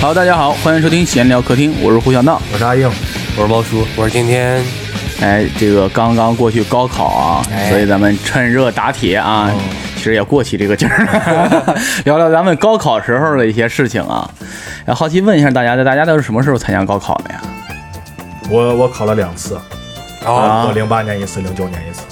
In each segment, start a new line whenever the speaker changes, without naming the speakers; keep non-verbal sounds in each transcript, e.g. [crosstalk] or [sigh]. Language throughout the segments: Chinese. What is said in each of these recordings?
好，大家好，欢迎收听闲聊客厅，我是胡小闹。
我是阿硬，
我是猫叔，我是今天
哎，这个刚刚过去高考啊，
哎
所以咱们趁热打铁啊，其实也过起这个劲 [laughs] 儿了，聊聊咱们高考时候的一些事情啊。哎好奇问一下大家，大家都是什么时候参加高考的呀？
我我考了两次，
啊，
我零八年一次，零九年一次。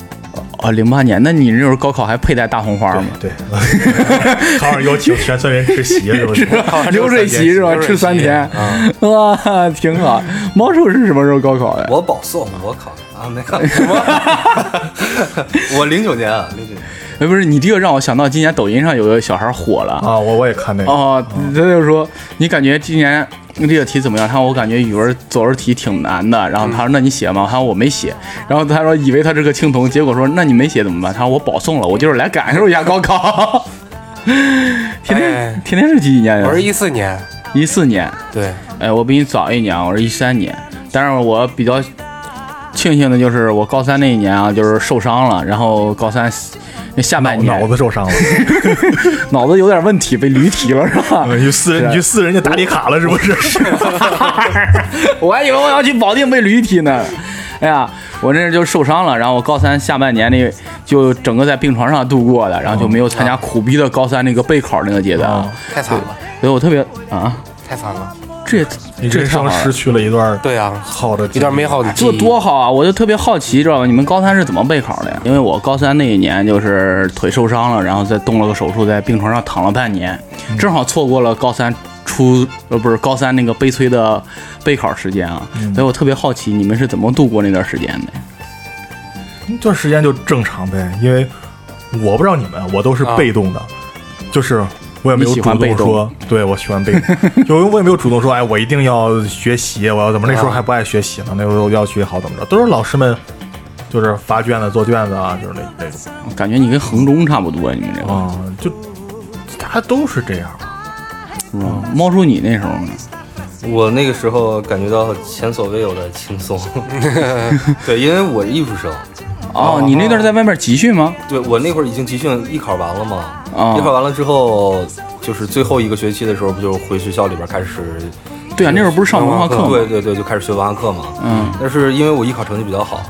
哦，零八年，那你那时候高考还佩戴大红花吗？
对， [laughs] 考上有请全村人吃席，是不是？啊
[laughs]
流水席是吧？
流水席
吃三天，
啊
哇，挺好。猫叔是什么时候高考的？
我保送，我考啊，没
[laughs]
考，我零九年啊，零九年，
哎，不是，你这个让我想到今年抖音上有个小孩火了
啊，我我也看那个，
哦，他就说你感觉今年这个题怎么样？他说我感觉语文作文题挺难的。然后他说那你写吗？他说我没写。然后他说以为他是个青铜，结果说那你没写怎么办？他说我保送了，我就是来感受一下高考。 [laughs] 天天
哎
天天是几几年
我
的
是？一四年，
一四年。
对，
哎，我比你早一年啊，我是一三年，但是我比较庆幸的就是我高三那一年啊，就是受伤了，然后高三那下半年
脑子受伤了，
[laughs] 脑子有点问题，被驴踢了是吧？
[laughs] 你去撕人，你去撕人家打理卡了，是不是？
[laughs] 我还以为我要去保定被驴踢呢。哎呀，我那就受伤了，然后我高三下半年那就整个在病床上度过的，然后就没有参加苦逼的高三那个备考那个阶段，
哦
太惨了，
所以我特别啊，
太惨了，
这也
[laughs] 你
这也
人
太好
生
了
失去了一段
对啊，
好的，
一段美。好的记
这
忆，
多好啊！我就特别好奇，知道吧？你们高三是怎么备考的呀？因为我高三那一年就是腿受伤了，然后再动了个手术，在病床上躺了半年，正好错过了高三初呃不是高三那个悲催的备考时间啊，所以我特别好奇你们是怎么度过那段时间的呀？
那段时间就正常呗，因为我不知道你们，我都是被动的，就是我也没有主
你喜
动
欢被
说
动，
对我喜欢被 [laughs] 动，就我也没有主动说，哎，我一定要学习，我要怎么？那时候
啊
还不爱学习呢，那时候要学好怎么着，都是老师们就是发卷子、做卷子啊，就是那那种
感觉你跟衡中差不多，你们这个、
啊、就大家都是这样。啊
是吧？猫叔你那时候呢？
我那个时候感觉到前所未有的轻松，对，因为我是艺术生，
哦，你那段在外面集训吗？
对我那会儿已经集训艺考完了嘛，
啊
艺考完了之后，就是最后一个学期的时候，不就回学校里边开始，
对啊，那时候不是上文化课吗？
对对对，就开始学文化课嘛。
嗯，哦
但是因为我艺考成绩比较好，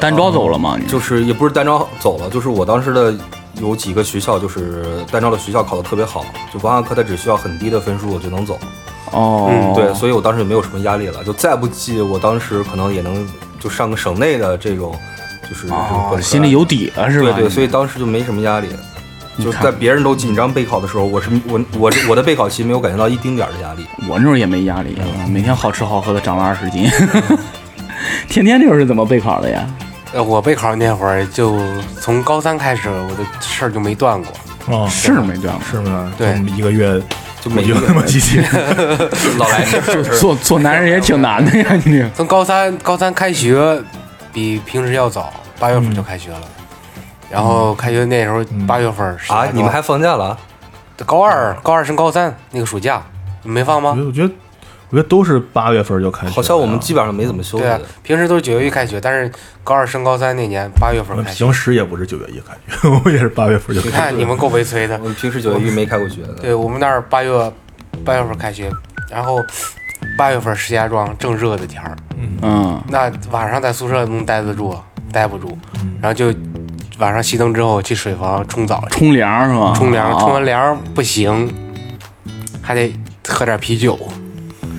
单招走了吗？你
就是也不是单招走了，就是我当时的有几个学校就是单招的学校考得特别好，就文化课它只需要很低的分数我就能走。
哦、
嗯
对，所以我当时也没有什么压力了，就再不济，我当时可能也能就上个省内的这种，就是这种本
哦，
科
心里有底了是吧？
对对，所以当时就没什么压力。就
看
在别人都紧张备考的时候，我是我我是我的备考期没有感觉到一丁点儿的压力。
我那时候也没压力，啊每天好吃好喝的长了二十斤。 [laughs] 天天这会儿是怎么备考的呀？
呃我备考那会儿就从高三开始，我的事儿就没断过，
啊，
是没断
是吗？
对
这么一个月我
就每
就
个
那么几期，
老来
[laughs]
这事
过，
儿，
做做男人也挺难的呀，你这个
从高三高三开学比平时要早，八月份就开学了。然后开学那时候八月份十
啊
来，
你们
多
还放假了啊？
高二高二升高三那个暑假你没放
我觉
吗？
得我觉得我觉得都是八月份就开始了呀，
好像我们基本上没怎么休息
对啊
的。，
平时都是九月一开学，但是高二升高三那年八月
我
份
们
开学。
平时也不是九月一开学， [laughs] 我们也是八月份就
你
开
看你们够悲催的
我。们平时九月一没开过学的。
对我们那儿八月八月份开学，然后八月份石家庄正热的天儿，
嗯，
那晚上在宿舍能待得住，待不住，然后就晚上熄灯之后去水房冲澡去，
冲凉是吧？
冲凉，冲
啊。
完凉不行，还得喝点啤酒。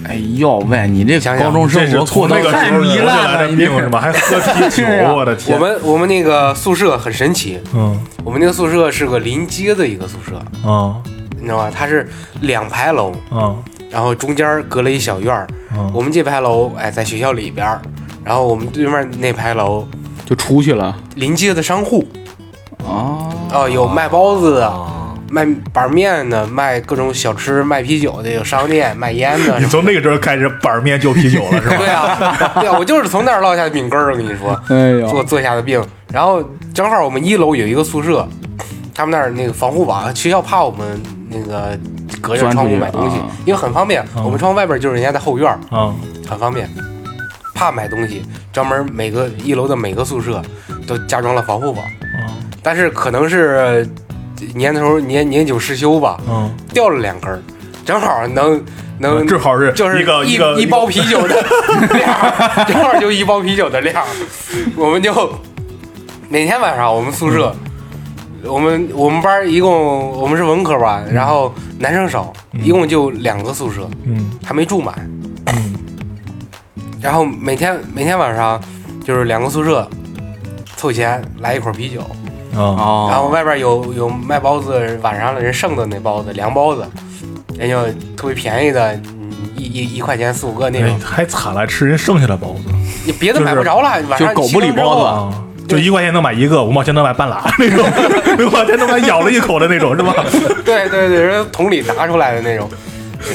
哎呦喂，你这
想想
高中生
这是
活过
从
得
那个
太
时候
糜
留下
烂
来
了，
的
你这
病是吧？还喝啤酒
是，啊
我的
我
天！
们我们那个宿舍很神奇，
嗯
我们那个宿舍是个临街的一个宿舍，
啊
你知道吧？它是两排楼，
啊
然后中间隔了一小院儿。
啊！
我们这排楼哎在学校里边儿，然后我们对面那排楼
就出去了
临街的商户
啊。
哦
啊、有卖包子
[laughs]
的。
啊，
卖板面的，卖各种小吃，卖啤酒的，有商店卖烟的。
你从那个时候开始板面就啤酒
[laughs]
了是吧？
对啊，对啊，我就是从那儿落下的病根儿。我跟你说，
哎
做
呦，
做下的病。然后正好我们一楼有一个宿舍，他们那儿那个防护网，学校怕我们那个隔着
钻出
窗户
去
买东西
啊，
因为很方便。我们窗户外边就是人家的后院儿，
啊，
很方便。怕买东西，专门每个一楼的每个宿舍都加装了防护网，
嗯
但是可能是呃年头年年久失修吧，
嗯
掉了两根儿，正好能
啊
能
正好是
就是
一个
一
一个
一包啤酒的量， [laughs] 正好就一包啤酒的量，我们就每天晚上我们宿舍，我们我们班儿一共我们是文科吧，然后男生少，一共就两个宿舍，
嗯
还没住满，
嗯
然后每天每天晚上就是两个宿舍凑钱来一捆啤酒，
啊
然后
哦，
外边有有卖包子，晚上人剩的那包子凉包子，人家特别便宜的，嗯一一一块钱四五个那
哎
种，
还惨了，吃人剩下的包子
你别的买不着了，晚
就
上
狗不理包子
包
啊
啊，就一块钱能买一个，五毛钱能买半拉那种， [laughs] 五毛钱能买咬了一口的那种，是吧？
子， [laughs] 对对对，人家桶里拿出来的那种，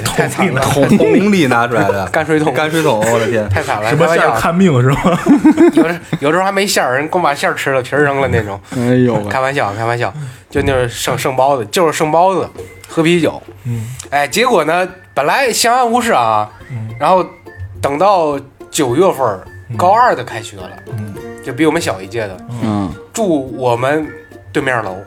太惨了，
桶桶里拿出来的
泔水桶
泔水桶，我
[laughs]
的天！
太惨了，
什么
开玩
馅
笑
儿看命是吧？
有时有时候还没馅儿，人光把馅儿吃了，皮儿扔了那种，
哎呦
嗯
喂，
开玩笑开玩笑，就那种剩剩包子，就是剩包子，喝啤酒，
嗯
哎，结果呢，本来相安无事啊，然后等到九月份儿，高二的开学了，
嗯
就比我们小一届的
嗯，
住我们对面楼，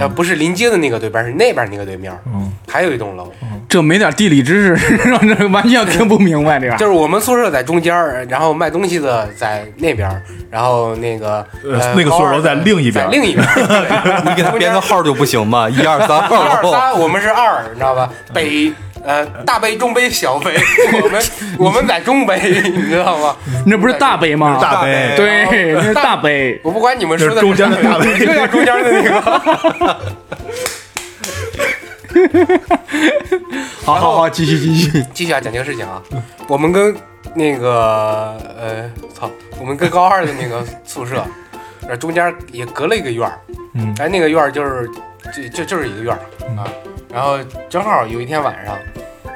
呃，不是临街的那个对边，是那边那个对面，
嗯，
还有一栋楼，
这没点地理知识，让这完全听不明白这个。
就是我们宿舍在中间儿，然后卖东西的在那边儿，然后那个
呃
呃
那个宿
高
舍
二的
在另一边
在另一边儿，对
[laughs]
你给他编个号就不行吗？一二三
一 [laughs] 二
号，
三，我们是二，你知道吧？北呃大杯、中杯、小杯，我们我们在中杯，你知道吗？
那不是大杯吗？
大杯
对，那是大
[laughs]
杯。
我不管你们说的
就是中间的大杯
杯，就要中间的那个。 [laughs]
好好好，继续继续。
继续啊，讲这个事情啊，我们跟那个呃，操，我们跟高二的那个宿舍，呃，中间也隔了一个院儿，
嗯
哎，那个院儿就是就就就是一个院儿啊。然后正好有一天晚上，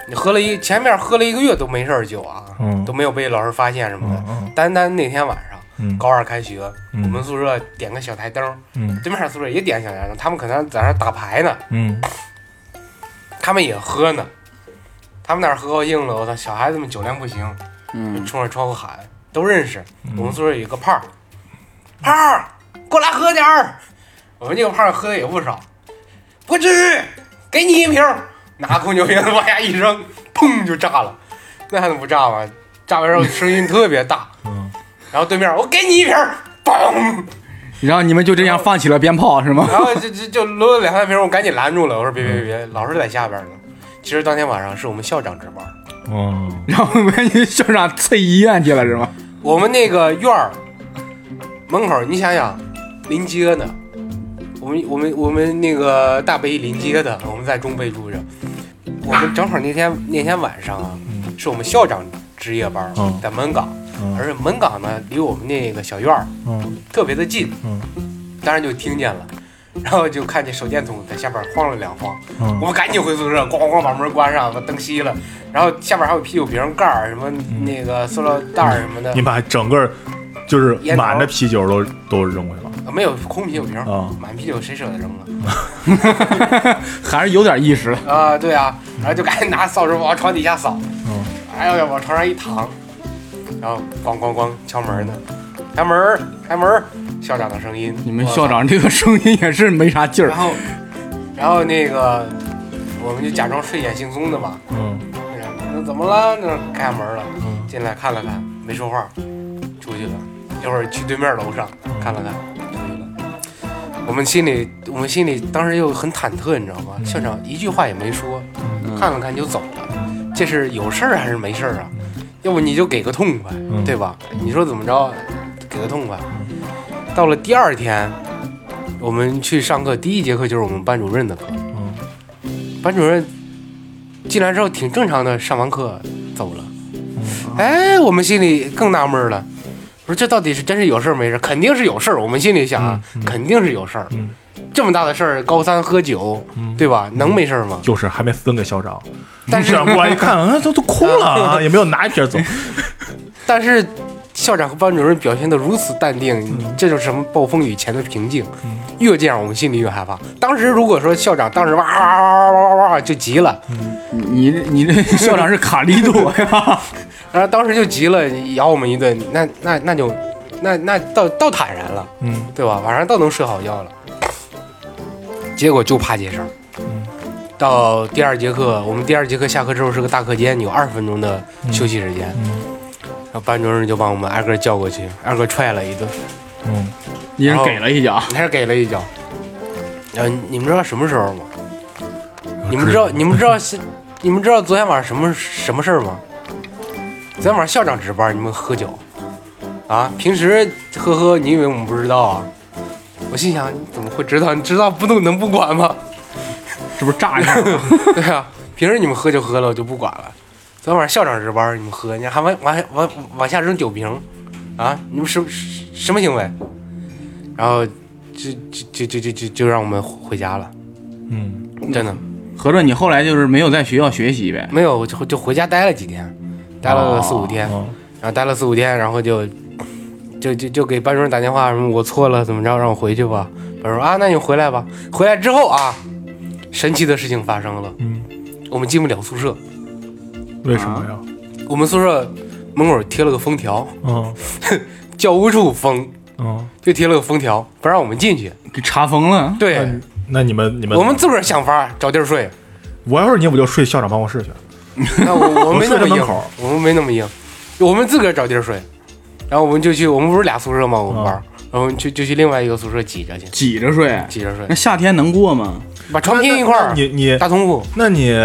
你喝了一前面喝了一个月都没事儿酒啊，
嗯
都没有被老师发现什么的。
嗯
单单那天晚上，
嗯
高二开学，
嗯
我们宿舍点个小台灯儿，
嗯
对面宿舍也点小台灯，他们可能在那儿打牌呢，
嗯
他们也喝呢，他们那儿喝高兴了，我操，小孩子们酒量不行，
嗯，
冲着窗户喊，都认识。我们宿舍有一个胖儿，胖儿过来喝点儿。我们这个胖儿喝的也不少，不至于，给你一瓶儿。拿空酒瓶子往下一扔，砰就炸了，那还能不炸吗？炸完之后声音特别大，
嗯
然后对面我给你一瓶儿，嘣，
然后你们就这样放起了鞭炮是吗？
然后就就就抡了两三瓶儿，我赶紧拦住了，我说别别别，老师在下边呢。其实当天晚上是我们校长值班，
嗯，
然后把你校长催医院去了是
[laughs]
吗？
我们那个院儿门口儿，你想想，临街呢。我们我们我们那个大北临街的，我们在中北住着。我们正好那天那天晚上啊，是我们校长值夜班儿
嗯，
在门岗，
嗯
而且门岗呢离我们那个小院儿
嗯
特别的近，
嗯
当然就听见了， [laughs] 然后就看见手电筒在下边儿晃了两晃，我
嗯
们赶紧回宿舍，咣咣把门关上，把灯熄了，然后下边还有啤酒瓶盖儿什么
嗯
那个塑料袋儿什么的
你，把整个就是
烟头
满的啤酒都都扔过去了。
啊，没有空啤酒瓶儿
啊，
满啤酒谁舍得扔啊？
还是有点意识的。
啊，对啊，然后就赶紧拿扫帚往床底下扫，
嗯
哎呦，往床上一躺，然后咣咣咣敲门呢，开门儿开门儿，校长的声音，
你们校长这个声音也是没啥劲
我
儿
操，然。后然后那个我们就假装睡眼惺忪的嘛，
嗯
然后哎那怎么了？那开门了，
嗯
进来看了看，没说话，出去了，一会儿去对面楼上看了看，出去了。我们心里，我们心里当时又很忐忑，你知道
嗯
吗？校长一句话也没说，看了看就走了，这是有事儿还是没事儿啊？要不你就给个痛快，
嗯
对吧？你说怎么着，给个痛快。到了第二天，我们去上课，第一节课就是我们班主任的课。
嗯
班主任进来之后挺正常的，上完课走了。
嗯
哎，我们心里更纳闷了，我说这到底是真是有事儿没事儿？肯定是有事儿，我们心里想啊，
嗯嗯
肯定是有事儿。
嗯
这么大的事儿，高三喝酒，
嗯，
对吧？能没事儿吗？
就是还没分给校长，
但是
校长过来一看，啊，都都
[laughs]
哭了啊，也没有拿一瓶走。
但是校长和班主任表现得如此淡定，
嗯
这就是什么暴风雨前的平静。越这样，我们心里越害怕。当时如果说校长当时哇哇哇哇哇哇就急了，
你你这校长是卡啊利多
[laughs]
呀？
然后当时就急了，咬我们一顿，那那那就那那倒倒坦然了。
嗯
对吧？晚上倒能睡好觉了。结果就怕这事儿，到第二节课，我们第二节课下课之后是个大课间，有二十分钟的休息时间。然后班主任就把我们挨个叫过去，挨个踹了一顿，
嗯，
你是
然后
给了一脚，
还是给了一脚。呃，你们知道什么时候吗？你们知道你们知道是你们知道昨天晚上什么什么事儿吗？昨天晚上校长值班，你们喝酒啊？平时喝喝，你以为我们不知道啊？我心想，你怎么会知道？你知道不能能不管吗？
这不是炸一下吗？
对啊，平时你们喝就喝了，我就不管了。昨天晚上校长值班，你们喝，你还往往往往下扔酒瓶，啊，你们什什什么行为？然后就就就就就就就让我们回家了，
嗯，
真的
合着你后来就是没有在学校学习呗？
没有，我就就回家待了几天，待了四五天，
哦
然后待了四五天，然后就就就就给班主任打电话，什么我错了，怎么着，让我回去吧。班主任说啊，那你回来吧。回来之后啊，神奇的事情发生了，
嗯，
我们进不了宿舍。
为什么呀？
我们宿舍门口贴了个封条，
嗯
教务处封，
嗯，
就贴了个封条，不让我们进去。
给查封了。
对，
那你那你们你们
我们自个儿想法儿找地儿睡。
我要是你，我就睡校长办公室去。
那我我们没那么
我睡在门
硬
口，
我们没那么硬，我们自个儿找地儿睡。然后我们就去，我们不是俩宿舍吗？我们班
啊
儿，然后就就去另外一个宿舍挤着去，
挤着睡。
挤着睡
[laughs]
那，夏天能过
[laughs]
吗？
把床拼一块
那
儿，
你你
大通铺。
那你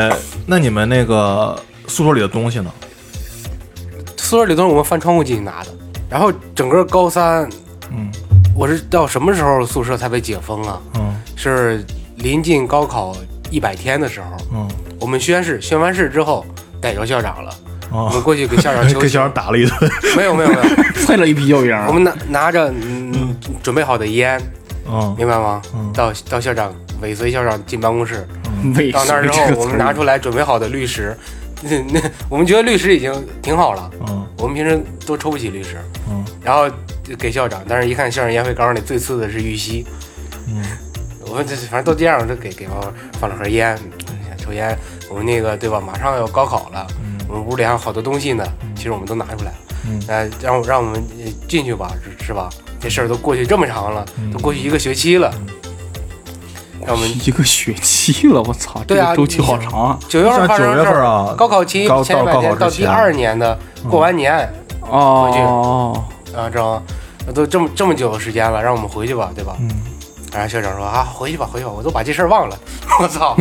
那你们那个宿舍里的东西呢？
宿舍里都是我们翻窗户进去拿的。然后整个高三，
嗯
我是到什么时候宿舍才被解封啊？
嗯
是临近高考一百天的时候，
嗯
我们宣誓，宣完誓之后逮着校长了，我们
哦，
过去给校
[laughs]
长求
给
情
校。长打了一顿。
没有没有没有，
啐了一啤酒瓶儿。
我们拿拿着嗯准备好的烟，
嗯
明白吗
嗯？
到到校长尾随校长进办公室，
为
到那儿之
什么这
后，
个
我
词儿
们拿出来准备好的律师， [laughs] 那那我们觉得律师已经挺好了，
嗯
我们平时都抽不起律师，
嗯
然后就给校长，但是一看校长烟灰缸里最次的是玉溪，
嗯
我们这反正都这样，就给给我放了盒烟，抽烟。我们那个对吧，马上要高考了，我们屋里还有好多东西呢，其实我们都拿出来了。
嗯
呃，让我让我们呃进去吧，是是吧？这事儿都过去这么长了，
嗯
都过去一个学期了。让我
哦
们
一个学期了，我操，这
对啊
个周期好长啊！
九月份
像
发生
九
的
月
事
份
儿，
啊，
高考期
高
前一百
到高考
天
之
到第
前嗯
二年的过完年
哦，
啊，知道吗？都这么这么久的时间了，让我们回去吧，对吧？
嗯
然后校长说啊，回去吧，回去吧，我都把这事儿忘了， [laughs] 我
[laughs]
操！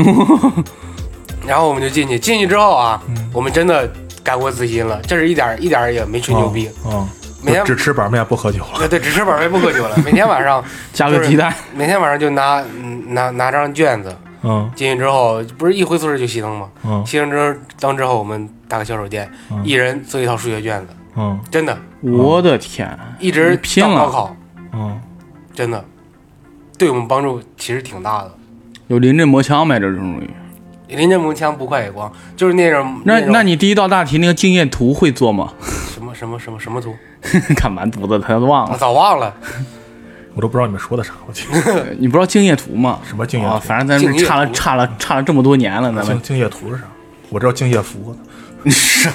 然后我们就进去，进去之后啊，
嗯
我们真的改过自新了，这是一点儿一点儿也没吹牛逼，
嗯，
每天
就只吃板面不喝酒了。
[laughs] 对对，只吃板面不喝酒了，每天晚上
加个鸡蛋，
每天晚上就拿嗯拿拿张卷子
嗯
进去之后，不是一回宿舍就熄灯吗？
嗯
熄灯之灯之后，我们打开小手电，
嗯
一人做一套数学卷子，
嗯
真的，
我的天，
一直
你拼
到
了
高考，
嗯，
真的，对我们帮助其实挺大的。
有临阵磨枪呗，这种东西。
临阵磨枪，不快也光，就是那种
那
种
那你第一道大题那个敬业图会做吗？ [laughs]
什么什么什么什么图，
啊看完犊子他都忘
我
了，
早忘了。
我都不知道你们说的啥， [laughs] 我去，
你不知道敬业图吗？
什么敬业
啊
图？
反正咱们
敬业
差了
图
差了差了这么多年了，咱
敬
们
敬业图是啥？我知道敬业福，
[laughs] 啥？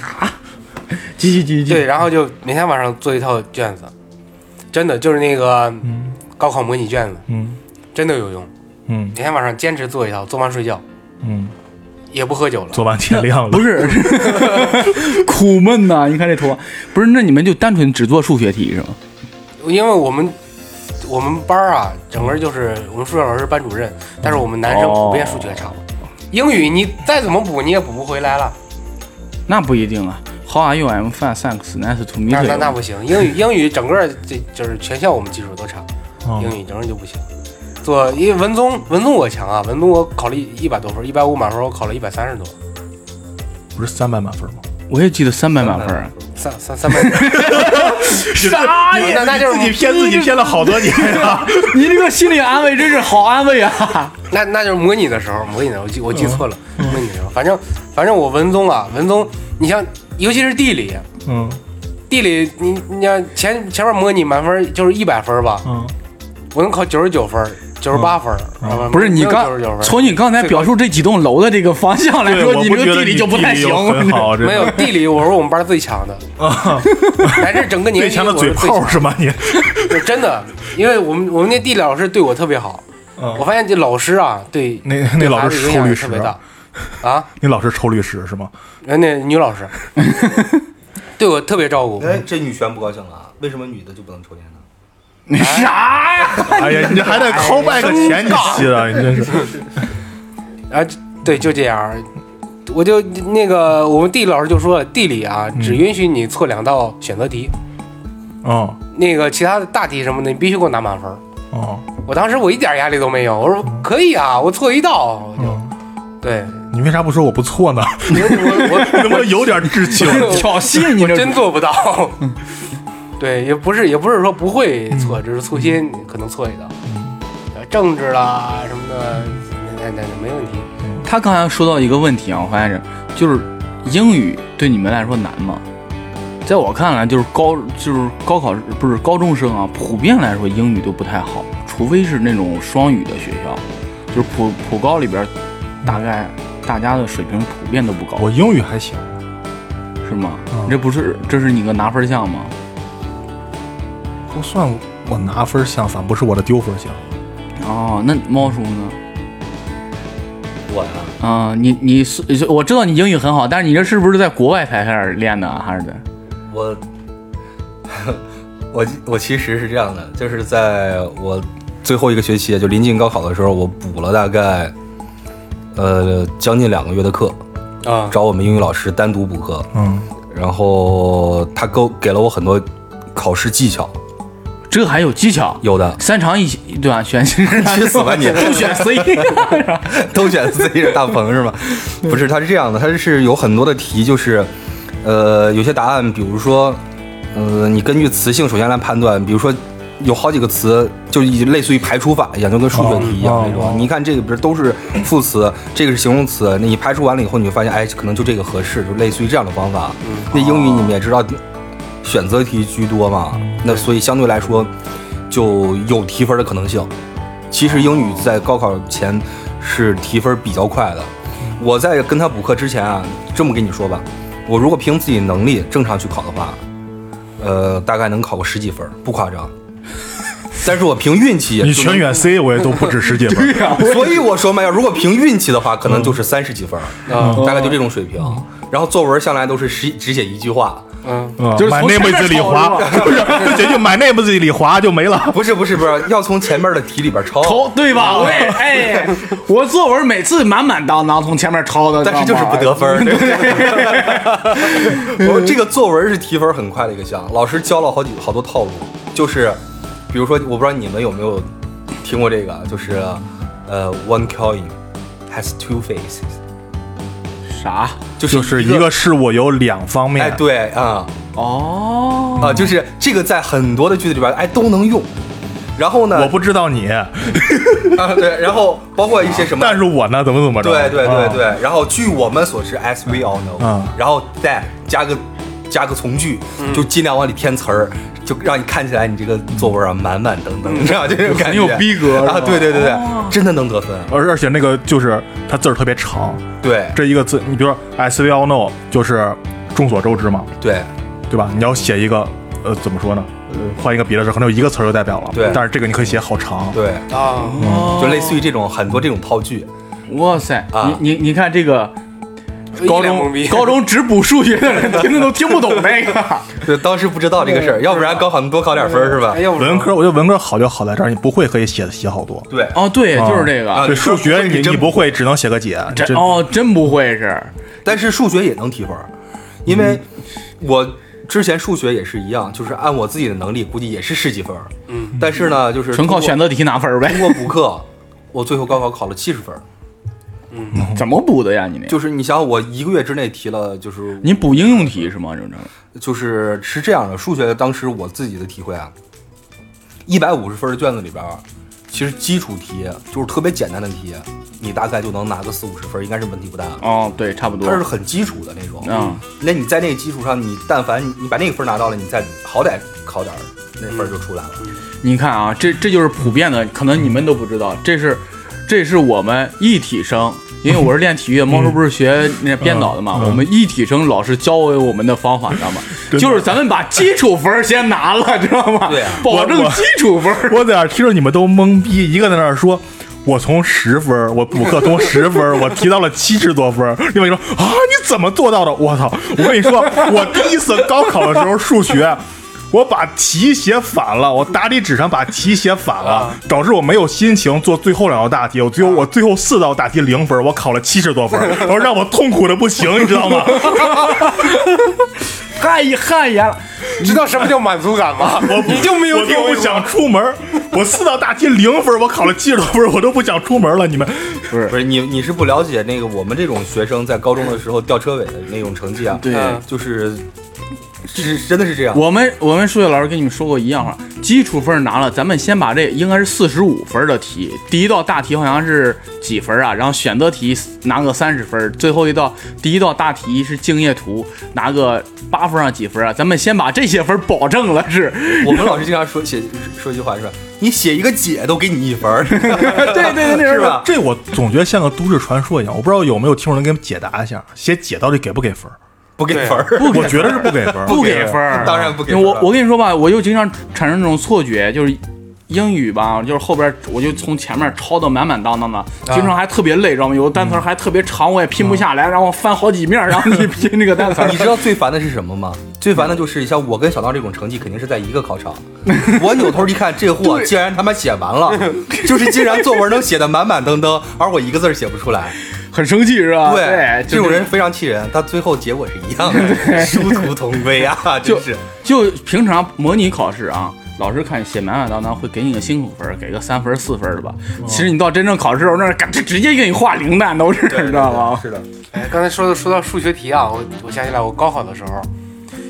继续继续继
对，
续。
然后就每天晚上做一套卷子，真的就是那个
嗯
高考模拟卷子，
嗯
真的有用。
嗯
每天晚上坚持做一套，做完睡觉，
嗯，
也不喝酒了。
昨晚天亮了
不，是， [laughs] 苦闷呐、你看这图，不是？那你们就单纯只做数学题是吗？
因为我们我们班儿啊，整个就是我们数学老师是班主任，但是我们男生
哦
普遍数学差。英语你再怎么补你也补不回来了，
那不一定啊。How are you? I'm fine, thanks. Nice to meet
那
you.
那那不行，英语英语整个这就是全校我们基础都差，
哦嗯
英语整个就不行。做因为文综文综我强啊，文综我考了一百多分，一百五满分我考了一百三十多，
不是三百满分吗？
我也记得三百满分啊。
三三三百。
啥
你那那就是
自己骗自己骗了好多年啊！
你这个心理安慰真是好安慰啊！
那那就是模拟的时候，模拟的时候我记我记错了，模拟的时候，反正反正我文综啊，文综，你像尤其是地理，
嗯
地理你你像前前面模拟满分就是一百分吧，
嗯
我能考九十九分、九十八分，
嗯
啊
不是你
九十九
刚
分，
从你刚才表述这几栋楼的这个方向来
对，
说，
我
你
不
这
觉
个
得
地理
你
就不太
地理
行
又。很好，真的
没有地理，我是我们班最强
[laughs]
的，
啊，
还是
[laughs]
整个年
最
级
强的
我
嘴
是最
炮
强
是吗？你
的，真的，因为我们我们那地理老师对我特别好，我
嗯，
发现这老师啊对
那那老
孩子
师是
影
臭
响
律
也
师
特别大
啊，，
啊，
你老师抽律师是吗？
那那女老师对我特别照顾，
哎，这女权不高兴了啊，为什么女的就不能抽烟呢？
你啥呀？
[laughs] 哎呀，你还得 call back 前几期了，你真 [laughs] 是。
啊，对，就这样。我就那个，我们地理老师就说了，地理啊，
嗯
只允许你错两道选择题，
哦
那个其他的大题什么的，你必须给我拿满分。
哦，
我当时我一点压力都没有，我说可以啊，我错一道，我就
嗯，
对，
你为啥不说我不错 [laughs] 呢？
[laughs] 我
能不能有点志气？ [laughs]
挑衅你
我我
这
真做不到。 [laughs] 对，也不是也不是说不会错，只是粗心可能错一道。呃政治啦什么的，那那那没问题。
他刚才说到一个问题啊，我发现是，就是英语对你们来说难吗？在我看来，就是高就是高考不是高中生啊，普遍来说英语都不太好，除非是那种双语的学校，就是普普高里边，大概大家的水平普遍都不高，
我英语还行，
是吗
嗯？
这不是这是你个拿分项吗？
不算我拿分项，反不是我的丢分项。
哦，那猫叔呢？
我呀、
啊、你你是我知道你英语很好，但是你这是不是在国外才开始练的啊，还是在？
我我我其实是这样的，就是在我最后一个学期，就临近高考的时候，我补了大概呃将近两个月的课，
啊
找我们英语老师单独补课，
嗯，
然后他给我给了我很多考试技巧，
这还有技巧？
有的
三长一起对吧？ [laughs] 选去
[laughs] 去死 [laughs] 吧你
不选 C，
都选 C 是大
[laughs]
鹏是吗？不是，他是这样的，他是有很多的题，就是呃有些答案，比如说呃你根据词性首先来判断，比如说。有好几个词，就已类似于排除法一样，就跟数学题一样
哦
那
哦
种。你看这个，不是都是副词，这个是形容词，那你排除完了以后，你就发现，哎，可能就这个合适，就类似于这样的方法。
嗯
那英语你们也知道，选择题居多嘛，
嗯
那所以相对来说就有提分的可能性。其实英语在高考前是提分比较快的。我在跟他补课之前啊，这么跟你说吧，我如果凭自己能力正常去考的话，呃，大概能考个十几分，不夸张。 [laughs] 但是我凭运气，
你全，选 C 我也都不止十几分。 [laughs]
所以我说嘛，要如果凭运气的话，可能就是三十几分，
啊
嗯
大概就这种水平。然后作文向来都是只只写一句话，
嗯，
嗯
就是
买
从
那
前
辈
面
子李
抄
华，不是，就就就买那辈子李华就没了。
不是不是不是，要从前面的题里边抄，
头对
[laughs]
吧？我也哎，我作文每次满满当当从前面抄的，
但是就是不得分 [laughs] 儿。对不对我说这个作文是提分很快的一个项，老师教了好几好多套路，就是比如说，我不知道你们有没有听过这个，就是呃，one coin has two faces，
啥？
就是
就是一
一
个事物有两方
哎
面，
对啊。
哦，
啊，就是这个在很多的句子里边，哎，都能用。然后呢，
我不知道你，
啊，对，然后包括一些
[laughs]
什么，
但是我呢怎么怎么着？
对对对
嗯
啊
对。然后据我们所知，as we all know，、
嗯
然后再加个加个从句，就尽量往里添词儿，就让你看起来你这个作文啊满满登登，你知道就这种感觉，
很有逼格
啊！
是吧
对对对对，真的能得分，
而而且那个就是它字儿特别长，
对
这一个字，你比如说 S V L No，就是众所周知嘛，
对
对吧？你要写一个，呃，怎么说呢？呃，换一个别的字，可能有一个词儿就代表了。
对
但是这个你可以写好长。
对，
啊，
哦
就类似于这种很多这种套句，
哇塞，
啊
你你你看这个高
一脸懵
中
逼
[laughs]
高中只补数学的人听着都听不懂那个。
就当时不知道这个事儿，要不然高考能多考点分儿是吧
哎？要不
文
说
科，我觉得文科好就好在这儿，你不会可以写写好多。
对，
哦，对，
啊
就是这个
啊，
对，数学
你
你
真
你不会，只能写个解。
这
这
哦真不会是
但是数学也能提分儿，因为
嗯
我之前数学也是一样，就是按我自己的能力，估计也是十几分。嗯，但是呢，就是
纯靠
通过
选择题拿分儿
通
呗？
过补课，我最后高考考了七十分儿。
怎么补的呀？你那个
就是你想，我一个月之内提了，就是
你补应用题是吗？这种
就是是这样的，数学当时我自己的体会啊，一百五十分的卷子里边儿，其实基础题就是特别简单的题，你大概就能拿个四五十分儿，应该是问题不大。
哦，对，差不多
它是很基础的那种。
嗯，
那你在那个基础上，你但凡你你把那个分拿到了，你再好歹考点儿，那分儿就出来了。
你看啊，这这就是普遍的，可能你们都不知道，这是这是我们一体生，因为我是练体育的，猫叔不是学那编导的嘛，我们一体生老师教给我们的方法，你知道吗？
的
就是咱们把基础分儿先拿了，知道吗？
对啊
保证基础分儿。
我在那儿听着你们都懵逼，一个在那儿说。我从十分儿，我补课从十分儿，我提到了七十多分儿。另外一个说啊，你怎么做到的？我操！我跟你说，我第一次高考的时候数学。我把题写反了，我答题纸上把题写反
啊
了，导致我没有心情做最后两道大题。我最后我最后四道大题零分，我考了七十多分，然后让我痛苦的不行，你知道吗？
汗汗颜了。
知道什么叫满足感吗？
我
[laughs] 你就没有
我
体
都
会
不
过
想出门儿。我四道大题零分，我考了七十多分，我都不想出门了。你们
不是你，你是不了解那个我们这种学生在高中的时候吊车尾的那种成绩啊。
对
嗯
就是是真的是这样。
我们我们数学老师跟你们说过一样话，啊基础分拿了，咱们先把这应该是四十五分的题，第一道大题好像是几分啊？然后选择题拿个三十分，最后一道第一道大题是竞业图，拿个八分啊几分啊？咱们先把这些分保证了是？
我们老师经常说写说一句话是吧？你写一个解都给你一分儿，
对对对，
是吧？
这我总觉得像个都市传说一样，我不知道有没有听众能给我们解答一下，写解到底给不给分儿？
不给分儿，
不给
我觉得是不给分儿。
不给分儿，
当然不给
因
分
为
儿
我
了。
我跟你说吧，我就经常产生这种错觉，就是英语吧，就是后边我就从前面抄的满满当当的，经常还特别累，知道吗？有的单词儿还特别长，我也拼不下来，然后翻好几面儿，然后去拼那个单词儿。
你知道最烦的是什么吗？最烦的就是像我跟小闹这种成绩，肯定是在一个考场。我扭头一看，这货竟然他妈写完了，就是竟然作文能写的满满登登，而我一个字儿写不出来。
很生气是吧？啊对，就
这种
是
人非常气人，但最后结果是一样的，殊途同归啊！真，
就是就平常模拟考试啊，老师看写满满当当会给你个辛苦分儿，给个三分儿四分儿的吧。其实你到真正考试的时候，那儿嘎直接给你画零蛋都是，你知道吗？
是的，
哎，刚才说的说到数学题啊，我我想起来我高考的时候，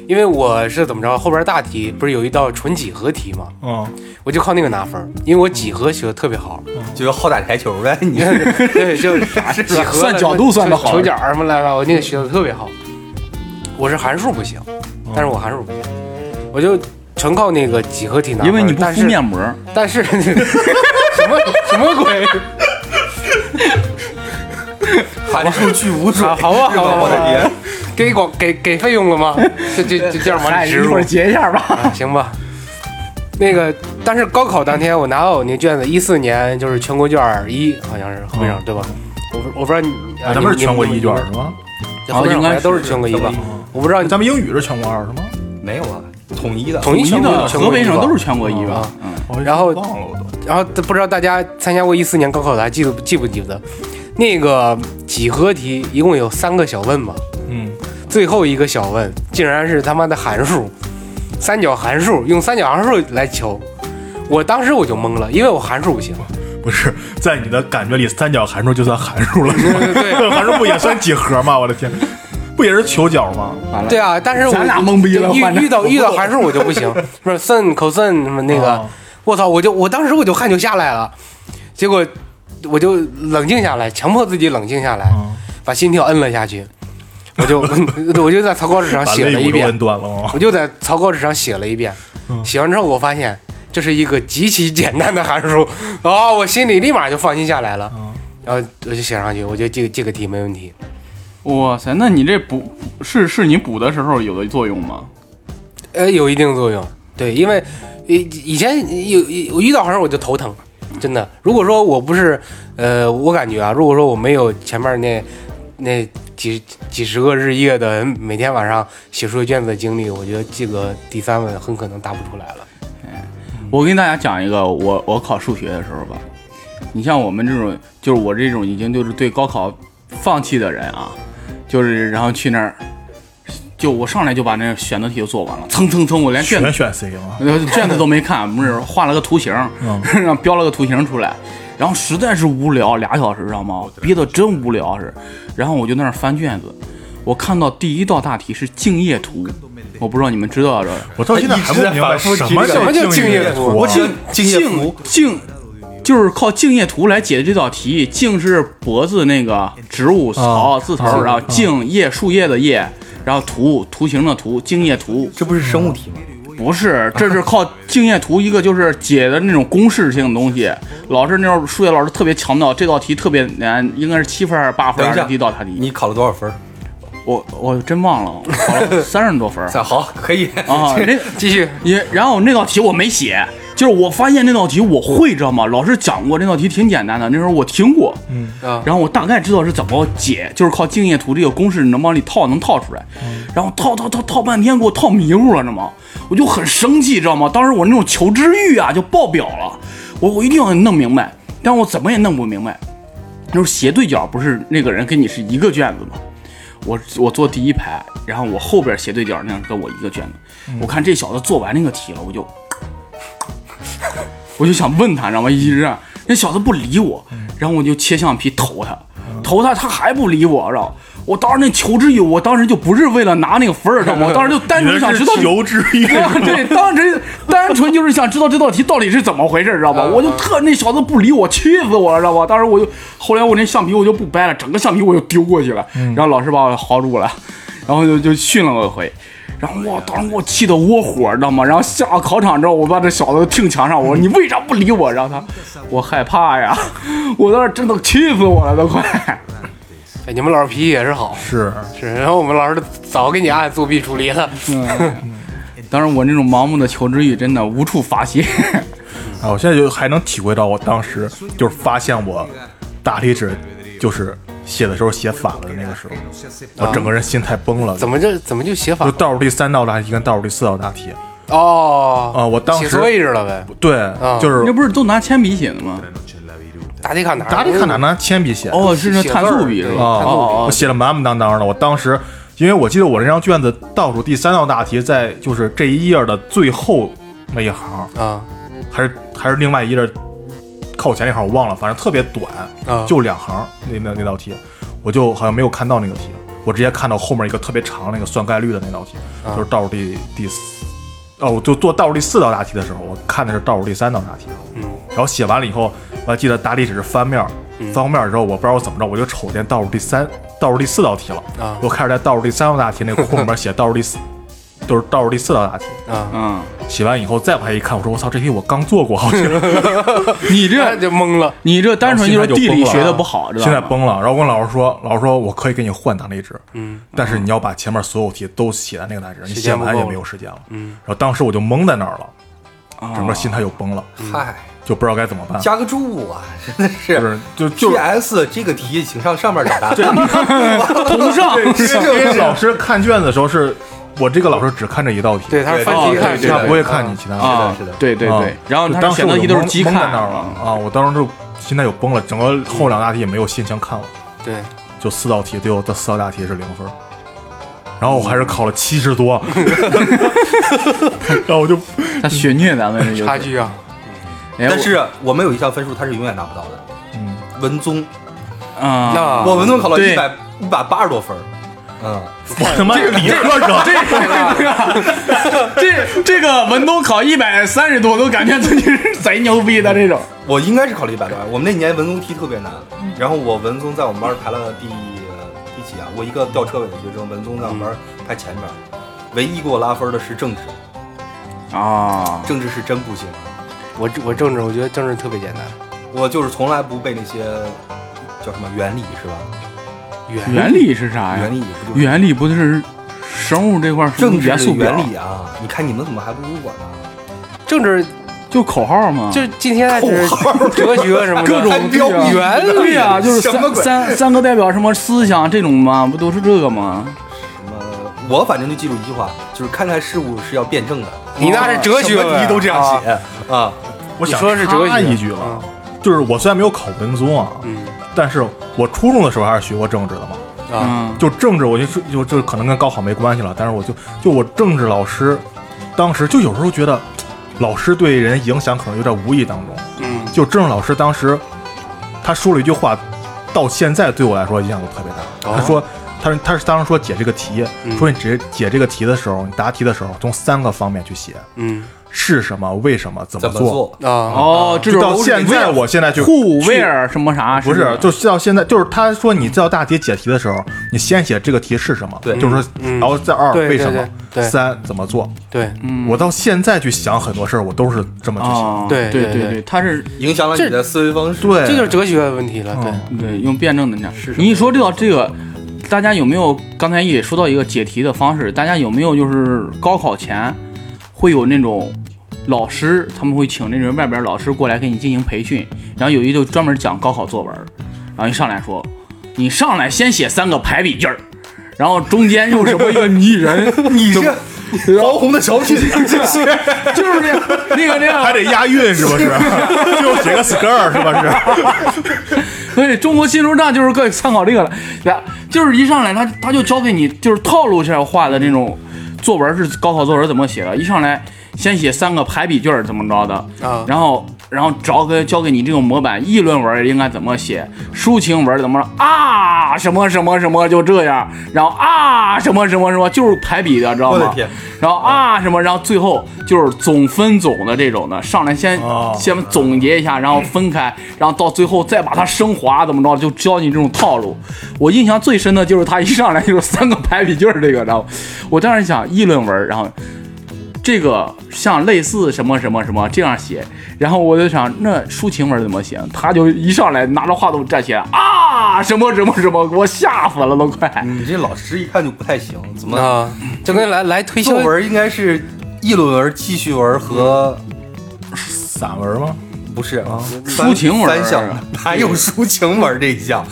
因为我是怎么着，后边大题不是有一道纯几何题嘛，
嗯，
我就靠那个拿分儿，因为我几何学的特别好，
嗯
就好打台球呗。你
对，就是啥
[laughs]
几何
算角度算得好
手角什么来着，我那个学的特别好。我是函数不行，
嗯
但是我函数不行，我就纯靠那个几何题拿分儿。
因为你不
啊但
敷
是
面膜儿，
但是 [laughs] 什
[laughs]
么什么鬼？
函数巨无准，
好好吧
啊
[laughs]
是吧
好吧
我的
好吧
天！
给广给给费用了吗？这这这这样往
哎
里植
一
入
会儿。截一下吧。 [laughs]
啊，行吧。那个，但是高考当天我拿到我那卷子，一四年就是全国卷儿一，好像是合不上，对吧？我不我不知道你，啊
咱们是
你
全国一卷
你
是吗？啊
你好像
应该是
都是全国一吧？我不知道你
咱们英语是全国二是吗？
没有啊，统一的。
统
统
一
一
全国
的
全
河
国
北
一
省
吧
都是全国一吧
啊？
嗯，
我
然后
忘了我都。
然后不知道大家参加过一四年高考的，还记得记不记得？那个几何题一共有三个小问吧，
嗯，
最后一个小问竟然是他妈的函数，三角函数，用三角函数来求。我当时我就懵了，因为我函数不行。
不是，在你的感觉里，三角函数就算函数了
[laughs]
是吗？
对对
对，函数不也算几何吗？我的天，不也是求角吗？
完了
对。啊，但是我
咱俩懵逼了
遇
反正
遇到遇到函数我就不行，不是 sin、cosine 什么那个
哦，
我操，我就我当时我就汗就下来了，结果我就冷静下来，强迫自己冷静下来，
嗯
把心跳摁了下去，我就我就在草稿纸上
把
写了
肋
一
骨都
遍
摁，断了哦吗？
[laughs] 我就在草稿纸上写了一遍，写完之后我发现这是一个极其简单的函数，哦，我心里立马就放心下来了，然后我就写上去，我觉得这个这个题没问题，
哇塞，那你这补是是你补的时候有的作用吗？
呃，有一定作用。对，因为以以前有有我遇到好像我就头疼，真的。如果说我不是，呃，我感觉啊，如果说我没有前面那那几几十个日夜的每天晚上写数学卷子的经历，我觉得这个第三问很可能答不出来了。
我跟大家讲一个，我我考数学的时候吧，你像我们这种，就是我这种已经就是对高考放弃的人啊，就是然后去那儿，就我上来就把那选择题就做完了，蹭蹭蹭，我连卷子
全选 C 吗？
呃卷子都没看，不是画了个图形，
嗯
[laughs] 然后标了个图形出来，然后实在是无聊，俩小时知道吗？憋得真无聊是，然后我就在那儿翻卷子，我看到第一道大题是竞业图，我不知道你们知道这个。
我到现在还不明白什么
什么叫
叫
敬业
业
图
啊
我敬敬业
竞
福，
竞就是靠竞业图来解决这道题。竞是脖子那个植物草字头，然后茎叶树叶的叶，然后图图形的图，竞业图
这不是生物题吗？
不是，这是靠竞业图一个就是解的那种公式性的东
[laughs]
西。老师那时候数学老师特别强调这道题特别难，应该是七分还是八分
等一
还
下
是，第一道大题。
你考了多少分儿？
我我真忘了，我
[laughs]
考了三十多分儿
啊好，可以。 [laughs]
啊，那
继续，
也，然后那道题我没写，就是我发现这道题我会，知道吗？老师讲过这道题挺简单的，那时候我听过，嗯，
啊
然后我大概知道是怎么解，就是靠静夜图这个公式能往里套，能套出来。然后套套套套半天，给我套迷糊了，知道吗？我就很生气，知道吗？当时我那种求知欲啊就爆表了，我我一定要弄明白，但我怎么也弄不明白。就是斜对角，不是那个人跟你是一个卷子吗？我我坐第一排，然后我后边斜对角那样跟我一个卷子。我看这小子做完那个题了，我就， [laughs] 我就想问他，知道吗？一直这样，那小子不理我，然后我就切橡皮投他，投他，他还不理我，知道吗？我当时那求知欲，我当时就不是为了拿那个分儿，知道吗？我当时就单
你
纯想
这
知
是
道
求知欲，
我 [laughs] 对，啊当时单纯就是想知道这道题到底是怎么回事，知道吧？我就特那小子不理我，气死我了，知道吧？当时我就后来我那橡皮我就不掰了，整个橡皮我就丢过去了，然后老师把我薅住了，然后就就训了我一回。然后我当时给我气得窝火，知道吗？然后下了考场之后，我把这小子听墙上，我说你为啥不理我？然后他，我害怕呀，我当时真的气死我了，都快。 [laughs]
哎你们老师脾气也是好，
是
是，然后我们老师早给你按作弊处理了。
当然，我那种盲目的求知欲真的无处发泄。 [laughs]
啊，我现在就还能体会到我当时就是发现我大题纸就是写的时候写反了的那个时候，我整个人心态崩了。
怎
么
么这怎么就写
就
反
倒数第三道大题跟倒数第四道大题
哦
啊？我当
写
时
错位置了呗，
对，就是
那不是都拿铅笔写的吗？
答题卡哪儿？
哪里看哪拿铅笔写啊
哦，是那
写
碳
字儿
素笔是吧？
对
哦
碳素笔
哦
我
哦，
写的满满当当的。我当时，因为我记得我这张卷子倒数第三道大题在就是这一页的最后那一行，
啊
还是还是另外一页靠前那行，我忘了，反正特别短，
啊
就两行那那那道题，我就好像没有看到那个题，我直接看到后面一个特别长那个算概率的那道题，
啊
就是倒数第第四。哦，我就做倒数第四道大题的时候，我看的是倒数第三道大题，啊
嗯
然后写完了以后，我还记得大力只是翻面儿，
嗯
翻过面儿之后，我不知道我怎么着，我就瞅见倒数第三、倒数第四道题了，
啊
我开始在倒数第三道大题那个空里面写倒数第四， [laughs] 就是倒数第四道大题。
啊，
嗯，
写完以后再往下一看，我说我操，这题我刚做过，好像
你
那
这
就懵了。
你这单纯就是地理学的不好，知道
啊现
吗
在崩了。然后我跟老师说，老师说我可以给你换大力纸，嗯，但是你要把前面所有题都写在那个大纸，你
时
写
间不够
完也没有时间了。嗯，然后当时我就懵在那儿了，
哦
整个心态就崩了，
嗯
嗨，
就不知道该怎么办。
加个注啊，真的
就是是。就就
P S 这个题，请上上面找答案。
同上。
[laughs] 因为因为老师看卷子的时候是，我这个老师只看这一道题，
对，他是翻
哦
题
对
看
对
他
的
不会看你
嗯
其他的。
啊，
是的是的
对对
啊
对，然后
就
他
当时
选
我
择
就
题都是
懵
机
懵在
看
那儿了啊！我当时就心态就崩了，整个后两大题也没有心情看了，
对，
就四道题，最后这四道大题是零分儿。然后我还是考了七十
[laughs]
多，然后我就
他血虐咱们这就是
差。距 [laughs] 啊，
哎
但是我们有一项分数，它是永远拿不到的。嗯，文综，
我啊，
那
我文综考了
对
一百一百八十多分儿。嗯，
我他妈是理科
[laughs]
生，
啊
这这个文综考一百三十多，都感觉自己是贼牛逼的这种。
我应该是考了一百多。我们那年文综题特别难，然后我文综在我们班排了第第几啊？我一个吊车尾的学生，文综在我们班排前面，唯一给我拉分的是政治，
啊，
政治是真不行。
我我政治，我觉得政治特别简单。
我就是从来不背那些叫什么原理是吧？
原
原理是啥哎呀？
原理也不就是
原理不就是生物这块儿是
政治
元
的
素表
原理啊！你看你们怎么还不如我呢？
政
啊
治
就口号嘛？
就今天是哲学什么的，
各种
还标
对啊
原理
对
[laughs]
呀，就是
什么
三
鬼
三三个代表什么思想这种嘛，不都是这个吗？
什么？我反正就记住一句话，就是看待事物是要辩证的。
你那是哲学
什么
呗，
题都这样
啊
写啊！
我想
你说是嗯哲学嗯
插一句了，就是我虽然没有考文综啊，但是我初中的时候还是学过政治的
啊，
嘛，
嗯，
就政治，我就是就就可能跟高考没关系了，但是我就就我政治老师，当时就有时候觉得，老师对人影响可能有点无意当中。
嗯，
就政治老师当时，他说了一句话，到现在对我来说影响都特别大。
哦
他说，他说他是当时说解这个题，
嗯
说你解解这个题的时候，你答题的时候从三个方面去写，
嗯
是什么，为什么，怎么
怎么做？
啊，
哦，这
就
种
到现在，我现在就
护
去
威尔什么啥？
不是，就是到现在，就是他说你知道大题解题的时候，你先写这个题是什么，
对
就是说，
嗯
然后再二
对对
为什么
对，嗯对
三嗯怎么做。
对，
嗯
我到现在去想很多事儿，我都是这么去想。
啊，
对
对
对对
对，他是
影响了你的思维方式。
对，
这就是哲学的问题了，对，
对用辩证的讲。
是什么
你一说这到这个，大家有没有刚才也说到一个解题的方式？大家有没有就是高考前会有那种老师他们会请那种外边老师过来给你进行培训，然后有一就专门讲高考作文，然后一上来说，你上来先写三个排比句儿，然后中间又什么一个拟人，
[laughs] 你这防洪的小
[laughs]
品，
就是
[laughs]
那个那个那个
还得押韵是不 [laughs] 是？就写个 skirt 是不是？
[laughs] 所以中国新说唱就是各位参考这个了，对吧就是一上来他他就教给你就是套路下画的那种作文是高考作文怎么写的，一上来先写三个排比句儿怎么着的
啊
然后然后找给教给你这种模板，议论文应该怎么写，抒情文怎么着啊什么什么什么就这样，然后啊什么什么什么就是排比的，知道吗？
我的天！
然后啊什么，然后最后就是总分总的这种的，上来先、
哦
先总结一下，然后分开，然后到最后再把它升华，怎么着就教你这种套路。我印象最深的就是他一上来就是三个排比句儿这个，然后我当时想议论文，然后这个像类似什么什么什么这样写，然后我就想那抒情文怎么写？他就一上来拿着话筒站起来啊什么什么什么，给我吓死了都快。
你这老师一看就不太行，怎
嗯
么
啊，就跟来来推销
作文应该是议论文、记叙文和
散文吗？
不是啊，
抒情文
三项，哪有抒情文这一项？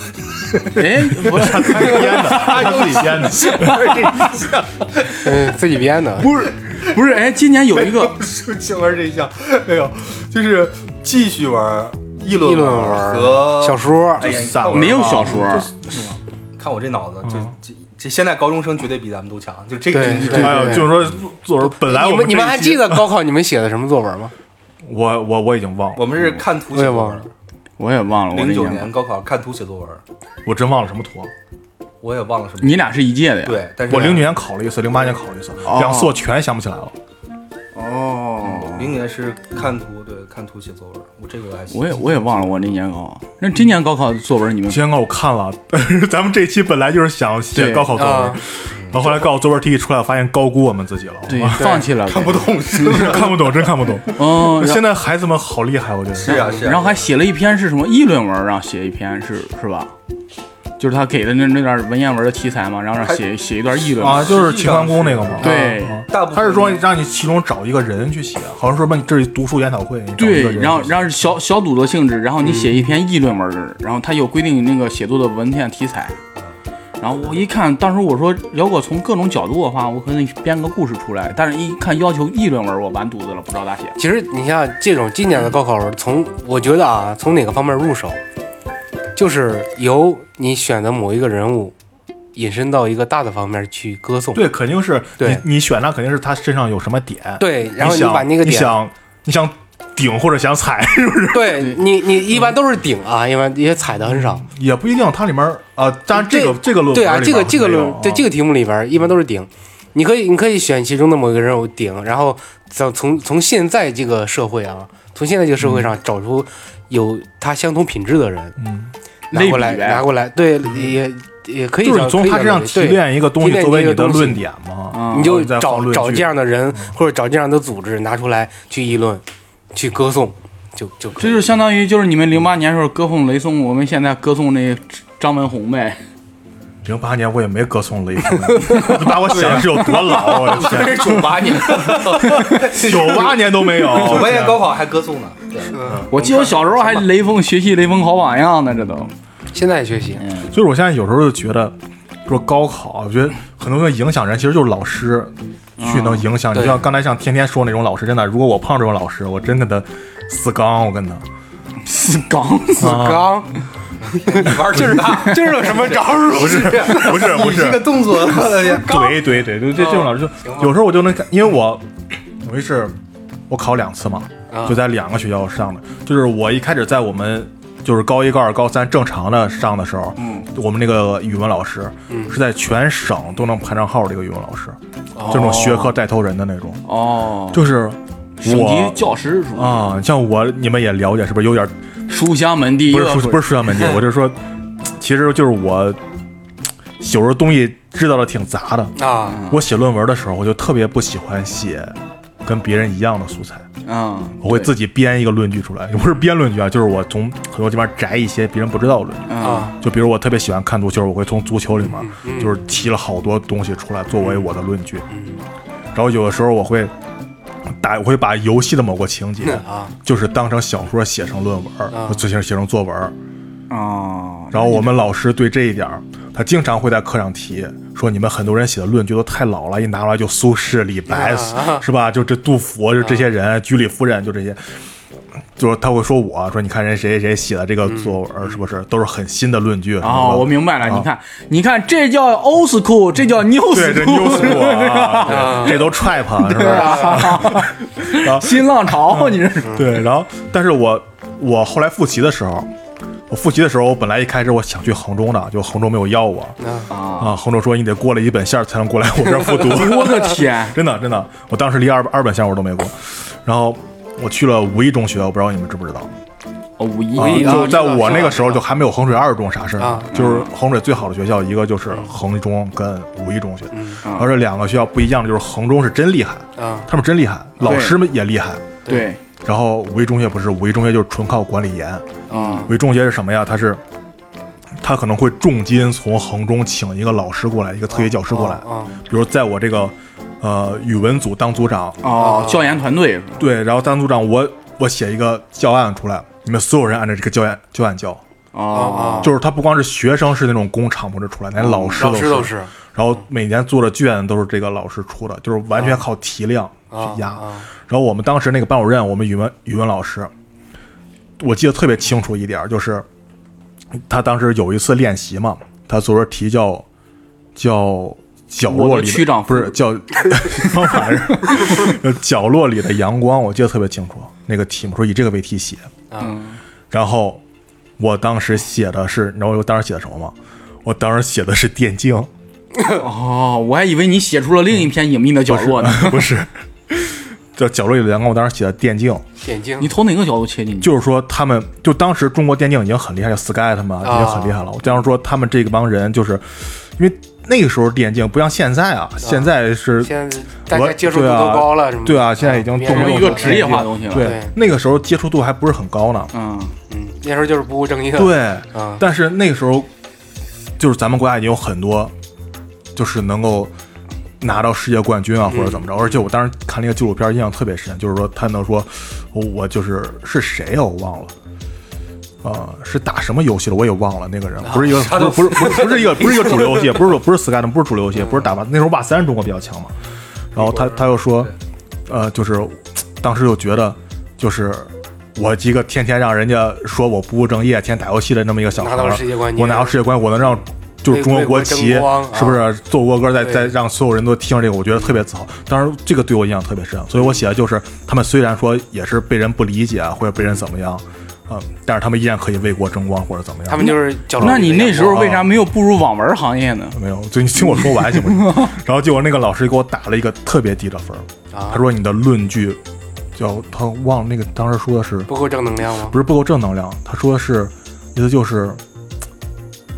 哎，我
他是编的，他自己编的。
嗯自己编的，
不是不是，哎，今年有一个
抒情文这一项，哎呦，就是记叙文、议论
议论文、
和
小。说，
哎呀，你看
散
我
文
没有小说，
看我这脑子，这这这现在高中生绝对比咱们都强，就这个
对
真是
对
哎呦，就是说作文本来
你
我
们你们还记
得
得高考你们写的什么作文吗？
我我我已经忘了，
我们是看图
我
写
也
作
忘了
文，
我也忘了，我
零
这
九
年
年高考看图写作文，
我真忘了什么图了。
我也忘了什么。
你俩是一届的呀？
对，但是
我零九年考了一次，零八年考了一次，两次我全想不起来了。
哦，
零年是看图，对，看图写作文，我这个还行。
我也我也忘了我那年高考。那今年高考作文你们
今天高考我看了， [laughs] 咱们这期本来就是想写
对
高考作文
啊，
然后后来高考作文题一出来，发现高估我们自己了，
对放弃了？
看不懂是不是？
[laughs] 看不懂，真看不 [laughs] 懂。
[laughs]
嗯，然后
现在孩子们好厉害，我觉
是
得。
啊是啊。
然后还写了一篇是什么议论文，让写一篇是是吧？就是他给的那那段文言文的题材嘛，然后让写写一段议论文。
啊，就是秦桓公那个嘛。
对
啊
大部分
他是说让你其中找一个人去写，好像说把你这是读书研讨会，你找一
对，
个人
然后
去写
然后是小小组的性质，然后你写一篇议论文儿，然后它有规定那个写作的文献题材。然后我一看，当时我说，如果从各种角度的话，我可能编个故事出来。但是一看要求议论文儿，我完犊子了，不知道咋写。
其实你像这种今年的高考，从我觉得啊，从哪个方面入手，就是由你选择某一个人物，引申到一个大的方面去歌颂。
对，肯定是
对
你你选他肯定是他身上有什么点，
对然后你
你想
把那个
你
点，
想你想顶或者想踩， [laughs] 是不是？
对你你一般都是顶啊，一般也踩的很少。
也不一定，它里面啊，当然这个这个论文
对啊，这个这个论
论
对这
个
个题目里边一般都是顶，你可以你可以选其中的某一个人物顶，然后从从从现在这个社会啊，从现在这个社会上找出有他相同品质的人，
嗯，
拿过来
类比呗
拿过来，对也也可以
就是
找
你从
可以
他
找
身上
类比
提
对
炼一个东
提
西
炼
作为
一个
你的
东西啊
论点嘛，
嗯
你就
再放
找
论嗯
找
据
这样的人，或者找这样的组织拿出来去议论，去歌颂，就就可
这
以。
就相当于就是你们零八年时候歌颂雷颂，我们现在歌颂那张文宏呗。
零八年我也没歌颂雷锋， [laughs] 你把我
啊
想的是有多老，啊我
[laughs]
的天，
是九八年， [laughs]
九八年都没有，
啊
九八年高考还歌颂呢。对，
[laughs] 我记得我小时候还雷锋学习雷锋好榜样呢，这都。
现在学习，
所以我现在有时候就觉得，说高考啊，我觉得很多东西影响人，其实就是老师去能影响
嗯
你。
对
就像刚才像天天说那种老师，真的，如果我碰上这种老师，我真跟他死刚，啊我跟他。
[laughs] 死刚死
刚
[laughs] 你玩就是他，
这有什么招数？
不是不是不
你这
是
个，动作， [laughs] 我的天！
怼怼怼，就这这种老师
哦
就有时候我就能看，因为我我一是我考两次嘛，
啊
就在两个学校上的，就是我一开始在我们。就是高一、高二、高三正常的上的时候，嗯，我们那个语文老师
嗯
是在全省都能排上号的一个语文老师，就那种学科带头人的那种，
[laughs] 哦，
就是
省级
我
教师属于
啊，像我你们也了解，是不是有点
书香门第？
不是书不是书香门第？我就说，其实就是我有时候东西知道的挺杂的，
啊，
我写论文的时候，我就特别不喜欢写跟别人一样的素材，
嗯，
我会
对
自己编一个论据出来，也不是编论据啊，就是我从很多地方摘一些别人不知道的论据。
啊
就比如我特别喜欢看足球，我会从足球里面就是提了好多东西出来作为我的论据，然后有的时候我会打我会把游戏的某个情节
啊，
就是当成小说写成论文儿，
啊
或最先写成作文儿。
哦，
然后我们老师对这一点儿，他经常会在课上提，说你们很多人写的论据都太老了，一拿出来就苏轼、李白，是吧？就这杜甫，就这些人，居里夫人，就这些。就是他会说我说你看人谁谁谁写的这个作文是不是都是很新的论据什么的
哦，我明白了，
啊
你看，你看，这叫 old school，这叫 new
对这
school，
new
[laughs]
school 啊，对这都 trap 是不
啊
是？啊
新浪潮，你这是
对，然后但是我我后来复习的时候，我复习的时候，我本来一开始我想去衡中的，就衡中没有要我
啊，
啊，衡中说你得过了一本线儿才能过来我这儿复读，
我的天，
真的真的，我当时离二二本线我都没过，然后我去了五一中学，我不知道你们知不知道，
哦五一
啊
一
就在我那个时候
知道知道
就还没有衡水二中啥事儿呢
啊，
就是衡水最好的学校一个就是衡中跟五一中学，然后这两个学校不一样的就是衡中是真厉害，
嗯啊
他们真厉害，老师们也厉害。
对
然后五一中学不是，五一中学就是纯靠管理严。
啊
五一中学是什么呀？它是，它可能会重金从衡中请一个老师过来，一个特约教师过来。
啊
比如在我这个，呃，语文组当组长，
哦，教研团队是吧？
对，然后当组长我我写一个教案出来，你们所有人按照这个教案教案教。
哦，
啊，
就是他不光是学生是那种工厂模制出来，连老师
哦老师
都
都是。
然后每年做的卷都是这个老师出的，就是完全靠题量
啊
去压。
啊
然后我们当时那个班主任，我们语文语文老师，我记得特别清楚一点儿，就是他当时有一次练习嘛，他做出题叫叫角
我
落
的
里的
区长
不是
[laughs]
叫什么玩意儿，呃角落里的阳光，我记得特别清楚那个题目，说以这个为题写，
嗯，
然后我当时写的是，你知道我当时写的什么吗？我当时写的是电竞，
哦，我还以为你写出了另一篇隐秘的角落呢。
[laughs] 不是，叫角落里的阳光。我当时写的电竞，
眼睛
你从哪个角度切进去？
就是说他们就当时中国电竞已经很厉害，就 Sky 他们已经很厉害了。我当时说他们这帮人就是因为那个时候电竞不像现在啊，现在是
现在大
我
家接受度都高了，什么的嗯
对啊，现在已经动
别人
不动
一
就
个职业化的东西了
对
对，
那个时候接触度还不是很高呢。
嗯，
嗯，那时候就是不务正业，
对，
啊
但是那个时候，就是咱们国家已经有很多，就是能够拿到世界冠军啊，或者怎么着。而且我当时看那个纪录片，印象特别深，就是说他能说，我我就是是谁啊呀、我忘了。呃，是打什么游戏的我也忘了，那个人不是一个，不是不是不是不是一个不是一个主流游戏，不是不是 Sky 的，不是主流游戏，不是打吧，那时候瓦三中国比较强嘛。然后他他又说，呃，就是当时就觉得，就是我一个天天让人家说我不务正业、天天打游戏的那么一个小孩儿，
拿到世界冠军
我拿到世界冠军，我能让就是中国国旗
为国争光啊
是不是奏国歌，再
对
再让所有人都听这个，我觉得特别自豪。当然，这个对我印象特别深，所以我写的就是他们虽然说也是被人不理解啊或者被人怎么样，啊、但是他们依然可以为国争光或者怎么样。
他们就是
嗯
角落
那
里
你
的
那
阳
时候
光
为啥没有步入网文行业呢？
没有，就你听我说完行不行？ [laughs] 然后结果那个老师给我打了一个特别低的分儿，
啊
他说你的论据叫他忘了那个当时说的是
不够正能量吗？
不是不够正能量，他说的是意思就是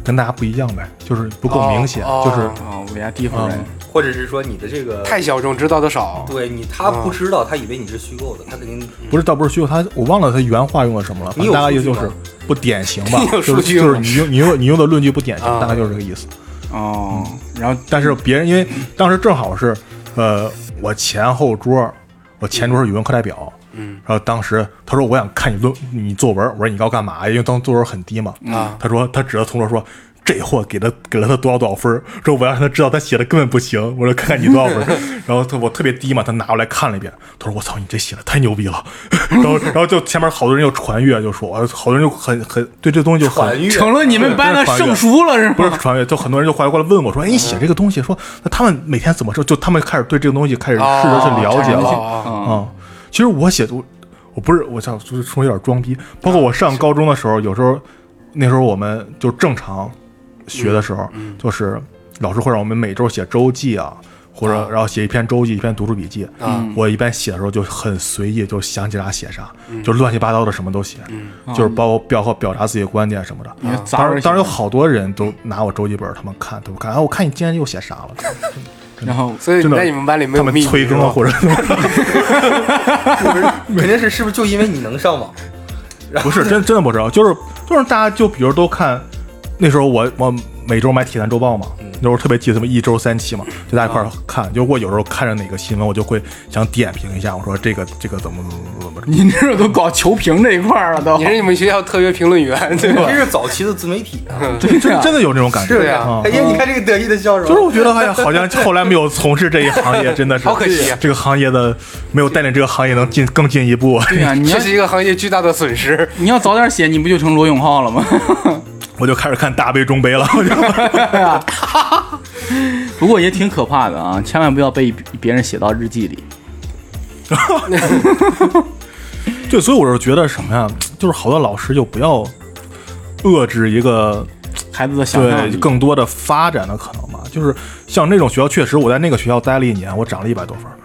跟大家不一样呗，就是不够明显，
哦
就是
哦
啊，为啥低分嘞？
或者是说你的这个
太小众，知道的少，
对你他不知道，他以为你是虚构的，他肯定
不是倒不是虚构，他我忘了他原话用的什么了，反
你
正
有
大概意思
数据
就是
吗
不典型吧，
[laughs] 你有
就
数
是
据
就是
吗
你用你用你用的论据不典型，
啊
大概就是这个意思。
哦，
嗯
然后
但是别人因为当时正好是，呃，我前后桌，我前桌是语文课代表，
嗯，
然后当时他说我想看你论你作文，我说你要干嘛呀？因为当作文很低嘛，
啊
他说他指着同桌说。这货给他给了他多少多少分儿说我要让他知道他写的根本不行。我说看看你多少分儿然后他我特别低嘛，他拿过来看了一遍，他说我操你这写的太牛逼了。 [laughs] 然后然后就前面好多人就传阅，就说，好多人就很很对这东西就很
传阅
成了你们班的圣书了 [laughs] 是
不是
吗？
传阅，就很多人就回来过来问我说：“哎，你写这个东西，说那他们每天怎么说？就他们开始对这个东西开始试着去了解了啊、
哦
其实我写的，我我不是我想就是说有点装逼。包括我上高中的时候，有时候那时候我们就正常学的时候，就是老师会让我们每周写周记啊，或者、然后写一篇周记，一篇读书笔记。
啊
我一般写的时候就很随意，就想起啥写啥，就乱七八糟的什么都写，
嗯
就是包括表和表达自己的观点什么的。啊
你砸
当
着
时当时有好多人都拿我周记本儿，他们看，他们看，啊，我看你今天又写啥了？
然后
所以
真的
在你们班里没
他
有
们
秘密
催更啊，或者
肯定是是不是就因为你能上网，
[laughs] 不是真真的不知道，就是就是大家就比如都看，那时候我我每周买《体坛周报》嘛，
嗯
那时候特别记得什么一周三期
嗯
嘛，就大家一
啊
块儿看。就我有时候看着哪个新闻，我就会想点评一下，我说这个这个怎么怎么怎
[laughs]
么怎么。
您这都搞球评这一块儿了都
你，是你们学校特约评论员对啊吧
[laughs] 这？是早期的自媒体啊，
[laughs] 对
真
呀
真的有这种感觉，
是呀
啊
哎呀，你看这个得意的笑容，
就是我觉得哎呀，好像后来没有从事这一行业，真的是
好可惜啊
这个行业的没有带领这个行业能进更进一步。 [laughs]
对呀，你要
[laughs] 这是一个行业巨大的损失。
你要早点写，你不就成罗永浩了吗？ [laughs]
我就开始看大杯中杯了，
[laughs]
我就
不过也挺可怕的啊，千万不要被别人写到日记里。
对，所以我是觉得什么呀，就是好多老师就不要遏制一个
孩子的想象
对
力，
更多的发展的可能吧。就是像那种学校，确实我在那个学校待了一年，我涨了一百多分儿。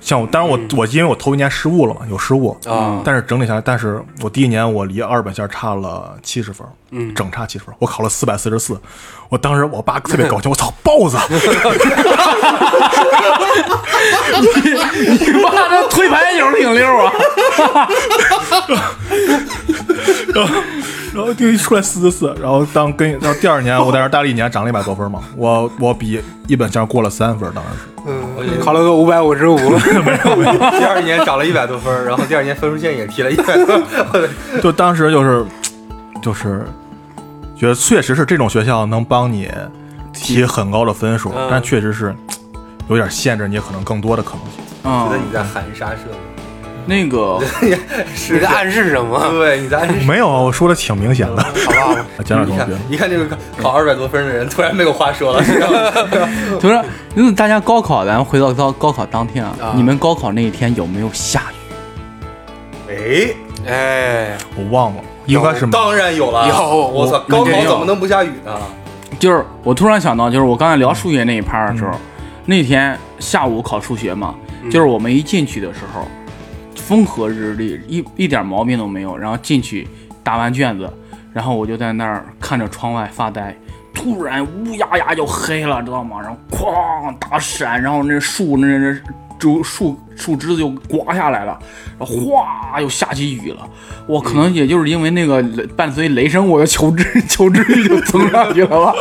像我，当然我我因为我头一年失误了嘛，有失误
啊
但是整体下来，但是我第一年我离二本线差了七十分，嗯，整差七十分，我考了四百四十四，我当时我爸特别高兴，我操，豹子，
[laughs]
[laughs]
你妈这推牌有挺溜啊！
然后就一出来四十四，然后当跟然后第二年我在这儿待了一年，涨了一百多分嘛，我我比一本线过了三分，当然是。
嗯，考了个五百五十五，
第二年涨了一百多分儿，然后第二年分数线也提了一百多分儿，
[laughs]
就当时就是，就是觉得确实是这种学校能帮你提很高的分数，
嗯
但确实是有点限制你可能更多的可能性。
觉
[laughs]
得
嗯，
你在含沙射影，
那个
你
是
在暗示什
[laughs]
么？
对，你在暗示。
没有，我说的挺明显的。
好不嗯
[laughs]
好？
江亮
你
同
看
学，，
你看这个考二百多分儿的人，突然没有话说了， [laughs] 是吧
就是，那大家高考，咱回到高高考当天啊
啊，
你们高考那一天有没有下雨？
哎，
哎，
我忘了，应该是没
当然有了，
有
我操，
我
高
你这
考
有
怎么能不下雨啊呢？
就是我突然想到，就是我刚才聊数学那一趴的时候，那天下午考数学嘛，就是我们一进去的时候，风和日丽，一一点毛病都没有。然后进去答完卷子，然后我就在那儿看着窗外发呆。突然乌压压就黑了，知道吗？然后哐打闪，然后那树那那就树树枝子就刮下来了，然后哗又下起雨了。我可
嗯
能也就是因为那个雷伴随雷声，我的求知 [laughs] 求知欲就增上去了吧。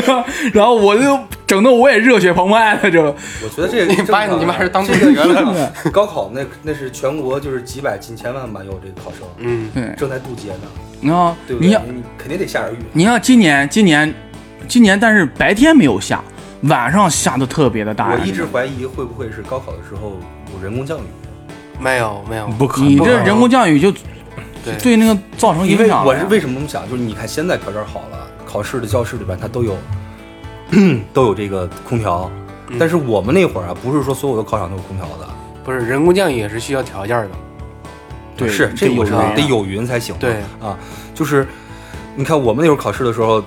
[laughs] 然后我就整的我也热血澎湃了，就
我觉得这个
你把你
正常啊
你妈是当
这个
地人
原来高考那那是全国就是几百近千万吧，有这个考生
嗯，
对。
正在渡劫呢，
然后
对不
你
对
要？
你肯定得下点雨。
你要今年今年今年，但是白天没有下，晚上下的特别的大
我
哎呀。
一直怀疑会不会是高考的时候有人工降雨，
没有没有，
不可能。
你这人工降雨就
对
对那个造成
因
影
为
响了
我
呀。
是为什么这么想，就是你看现在条件好了，考试的教室里边它都有 [clears throat] 都有这个空调，但是我们那会儿啊，不是说所有的考场都有空调的，
不是人工降雨也是需要条件的。
对
是
得
这
有
我知道
人啊
得有云才行嘛，
对
啊，就是你看我们那会儿考试的时候。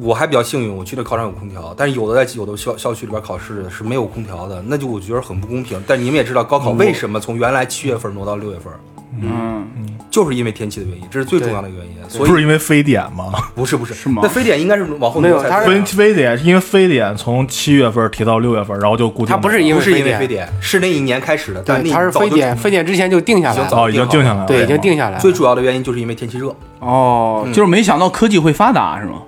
我还比较幸运，我去的考场有空调，但是有的在有的校校区里边考试是没有空调的，那就我觉得很不公平。但你们也知道，高考
嗯
为什么从原来七月份挪到六月份，
嗯，
就是因为天气的原因，这是最重要的原因。所以
不是因为非典吗？
不是不是是
吗
那非典应该是往后
没有
挪才
它是
对
非非典是因为非典从七月份提到六月份，然后就固定了。
它不是因
不
为
是因为
典
非，典，是那一年开始的，但
对，
那
它是
早
非
就
典，非典之前就定下来
行早
了，
哦，已经定下来了，
对，已经定
下
下来了。
最主要的原因就是因为天气热，嗯
哦，就是没想到科技会发达是吗？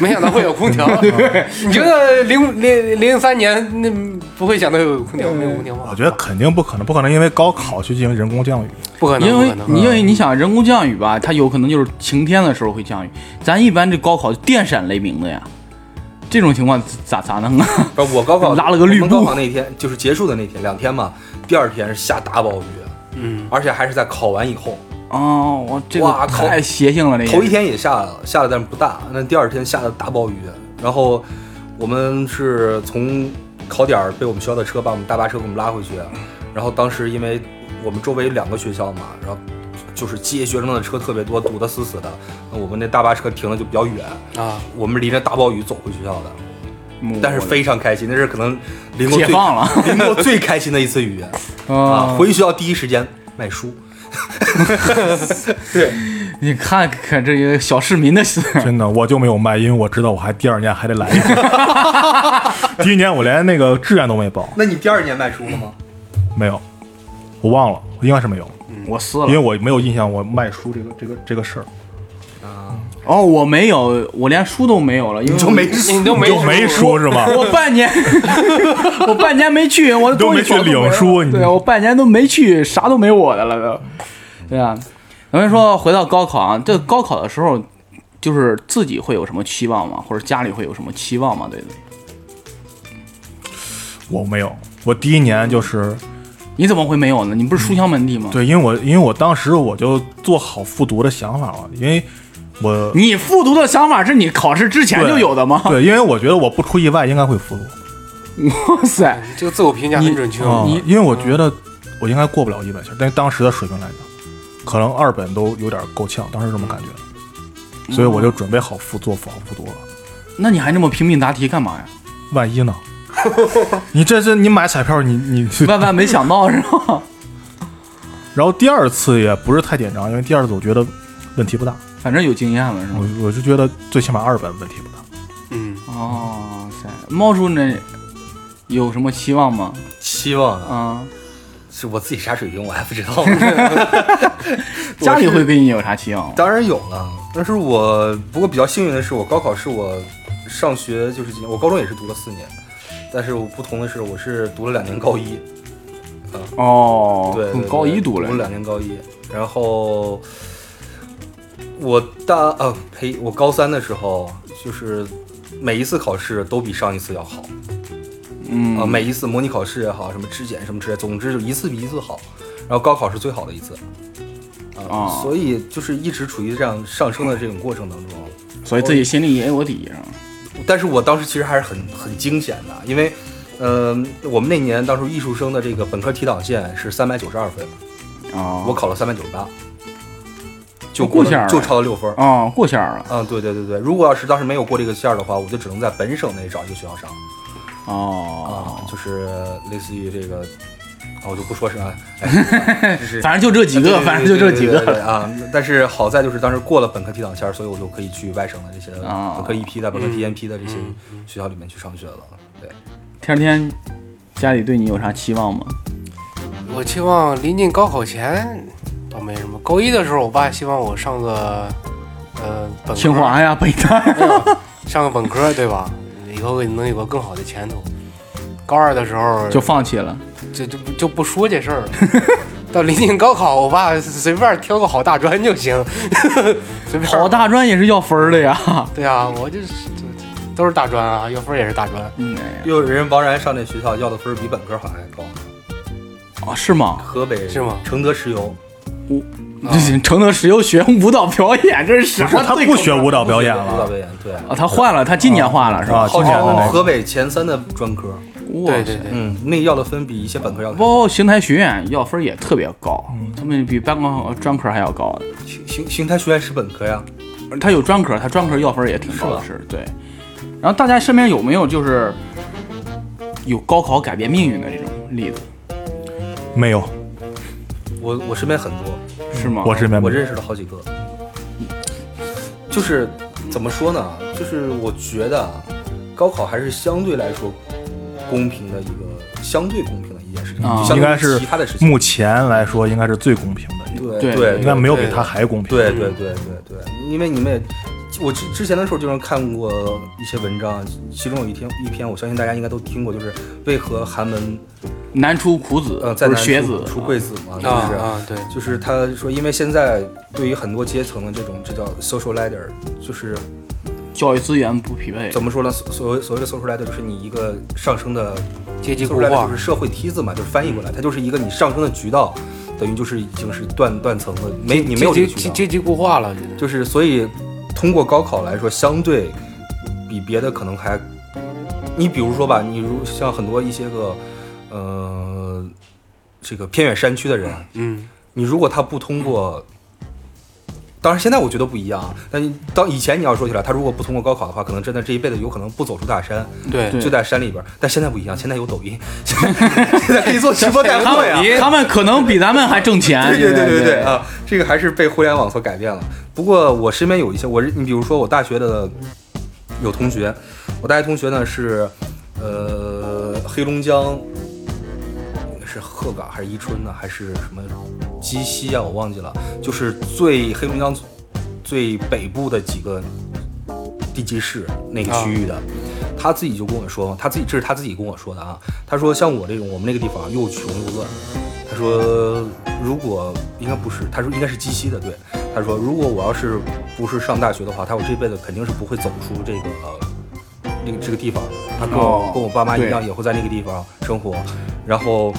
没想到会有空调， [laughs] 你觉得零零零三年那不会想到有空调，没有空调吗？
我觉得肯定不可能，不可能因为高考去进行人工降雨。
不可能，
因
不
为
可能。嗯
你因为你想人工降雨吧，它有可能就是晴天的时候会降雨，咱一般这高考电闪雷鸣的呀，这种情况咋咋弄啊？ [laughs]
不是我
[laughs]
高考
拉了个绿
我们高
布
考那天就是结束的那天，两天嘛，第二天是下大暴雨，
嗯，
而且还是在考完以后，
哦，我这
哇
个
靠
太邪性了，这
头一
个。
天也下了，下了但是不大，那第二天下的大暴雨，然后我们是从考点儿被我们学校的车把我们大巴车给我们拉回去，然后当时因为我们周围有两个学校嘛，然后就是接学生的车特别多，堵得死死的，那我们那大巴车停的就比较远，
啊，
我们离着大暴雨走回学校的，
嗯
但是
我
非常开心，那是可能淋过
解
最
放了
淋过最开心的一次 [laughs] 雨啊！
啊，
回学校第一时间买书，对，
你看看这个小市民的心，
[laughs] 真的，我就没有卖，因为我知道我还第二年还得来一个。第一年我连那个志愿都没报，
那你第二年卖书了吗？
没有，我忘了，应该是没有，
[laughs] 我撕
因为
了。
我没有印象我卖书这个这个这个事儿。
啊，
哦，我没有，我连书都没有了，因为
就没事。
你都没
就没书是吗？
[laughs] 我半年，我半年没去，我
都没去领书你
对，我半年都没去，啥都没我的了都。对啊，咱们说回到高考啊，这高考的时候，就是自己会有什么期望吗？或者家里会有什么期望吗？对对，
我没有，我第一年就是
你怎么会没有呢？你不是书香门第吗？，
嗯对，因为我因为我当时我就做好复读的想法了，因为我
你复读的想法是你考试之前
对
就有的吗？
对，因为我觉得我不出意外应该会复读，
哇塞，
这个自我评价很准确。哦
啊
你
因为我觉得我应该过不了一本线，但当时的水平来讲，可能二本都有点够呛，当时这么感觉，所以我就准备好复做好复读了。
那你还这么拼命答题干嘛呀？
万一呢？ [laughs] 你这是你买彩票，你你，
万万没想到是吧？
然后第二次也不是太紧张，因为第二次我觉得问题不大，
反正有经验了是吧？
我我是觉得最起码二本问题不大。
嗯，
哦塞，猫叔那有什么期望吗？
期望啊，
啊，
是我自己啥水平我还不知道。
家里会给你有啥期望吗？
当然有了，但是我不过比较幸运的是，我高考是我上学就是几年，我高中也是读了四年，但是我不同的是，我是读了两年高一，
哦，
对，对
很高一读
读了
了，
两年高一，然后我大呃呸，我高三的时候就是每一次考试都比上一次要好啊、
嗯，
每一次模拟考试也好，什么质检什么之类，总之就一次比一次好，然后高考是最好的一次。啊、
哦
所以就是一直处于这样上升的这种过程当中，
所以自己心里也有底，是啊吧？
但是我当时其实还是很很惊险的，因为，呃，我们那年当时艺术生的这个本科提档线是三百九十二分，
哦，
我考了三百九十八，就
过
过了
线儿了
就超了六分儿。
哦，过线儿了，
嗯，对对对对，如果要是当时没有过这个线儿的话，我就只能在本省内找一个学校上啊、
哦，
就是类似于这个，啊，我就不说是啊，
[laughs]
哎就是
反正就这几
对
个，
对
反正就这几
对对对对对
个，
啊。但是好在就是当时过了本科提档线儿，所以我就可以去外省的这些
啊
本科一批的、本科 T N P 的这些
嗯
学校里面去上学了。对，
天天家里对你有啥期望吗？
我期望临近高考前倒没什么。高一的时候，我爸希望我上个呃本科
清华呀，北大呀，
没有上个本科，对吧？以后能有个更好的前途。高二的时候
就放弃了。
就就就不说这事儿了。 [laughs] 到临近高考，我爸随便挑个好大专就行， [laughs] 随便。
考大专也是要分儿的呀，
对啊，我就是都是大专啊，要分儿也是大专。
嗯，哎呀
又有人王然上那学校要的分儿比本科好像还高，
哦，是吗？
河北
是吗
承德石油啊
承德石油学舞蹈表演，这是什
不
么
是
对口？
他不学舞蹈表演
舞蹈
了，
表演对，
啊，他换了，他今年换了是吧
啊？
号
今年的那
称
个
河北前三的专科。
哇
对
塞
对对，
嗯，那要的分比一些本科要高。
包括邢台学院要分儿也特别高，
嗯
他们比办公专科还要高。
邢邢邢台学院是本科呀，
他有专科，他专科要分儿也挺高的，是对。然后大家身边有没有就是有高考改变命运的这种例子，
没有，
我我身边很多，
是吗？
我身边没
我
有
认识了好几个，就是怎么说呢？就是我觉得啊高考还是相对来说公平的一个相对公平的一件事情，
啊
就相
应
对
该
于
是
其他的事情。
目前来说应该是最公平的一个，
对
对
对，
应该没有比
对
他还公平。
对对
嗯
对对对，因为你们也，我之之前的时候经常看过一些文章，其中有一篇一篇，我相信大家应该都听过，就是为何寒门
难出苦子，
呃在
不
南
是学
出
子
出贵子嘛，就是、
啊啊，对，
就是他说，因为现在对于很多阶层的这种，这叫 social ladder，就是
教育资源不匹配。
怎么说呢？所所谓所谓的 social ladder，就是你一个上升的
阶级
social
固
ladder
化
就是社会梯子嘛，就是翻译过来，它就是一个你上升的渠道，等于就是已经是断断层的，没你没有这
阶
个
级
渠
阶
道，
阶级固化了，真的
就是所以通过高考来说，相对比别的可能还，你比如说吧，你如像很多一些个，呃，这个偏远山区的人，
嗯，
你如果他不通过，当然现在我觉得不一样啊，但你当以前你要说起来，他如果不通过高考的话，可能真的这一辈子有可能不走出大山，
对
对
就在山里边儿。但现在不一样，现在有抖音， [laughs] 现在可以做直播带
他
啊货呀。
们他们可能比咱们还挣钱。
对对对
对
对对啊，这个还是被互联网所改变了。不过我身边有一些，我是你比如说我大学的有同学，我大学同学呢是呃黑龙江是鹤岗还是伊春呢，还是什么鸡西啊，我忘记了，就是最黑龙江最最北部的几个地级市那个区域的，他自己就跟我说，他自己这是他自己跟我说的啊，他说像我这种我们那个地方啊又穷又乱，他说如果应该不是，他说应该是鸡西的，对，他说如果我要是不是上大学的话，他我这辈子肯定是不会走出这个。呃那个这个地方，他跟我、
哦
跟我爸妈一样，
对
也会在那个地方生活，然后，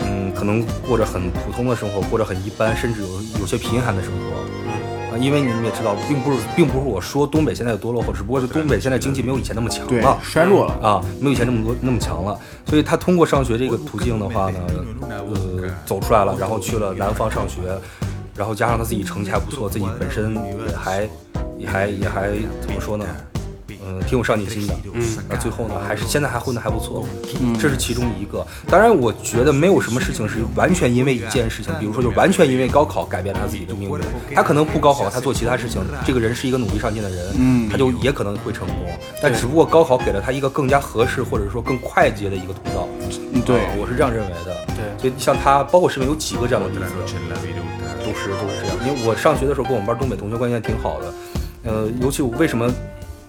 嗯，可能过着很普通的生活，过着很一般，甚至有有些贫寒的生活。
嗯
啊，因为你们也知道，并不是，并不是我说东北现在有多落后，只不过是东北现在经济没有以前那么强
对
了，
衰落了。
啊，没有以前那么多那么强了。所以他通过上学这个途径的话呢，呃，走出来了，然后去了南方上学，然后加上他自己成绩还不错，自己本身也还也还也还怎么说呢？嗯，挺有上进心的，嗯，那最后呢，还是现在还混得还不错，嗯这是其中一个。当然，我觉得没有什么事情是完全因为一件事情，比如说就完全因为高考改变他自己的命运，他可能不高考，他做其他事情，这个人是一个努力上进的人，嗯，他就也可能会成功，但只不过高考给了他一个更加合适或者说更快捷的一个通道，
嗯对
啊，我是这样认为的。
对
所以像他，包括身边有几个这样的例子，都是都是这样。因为我上学的时候跟我们班东北同学关系还挺好的，呃，尤其我为什么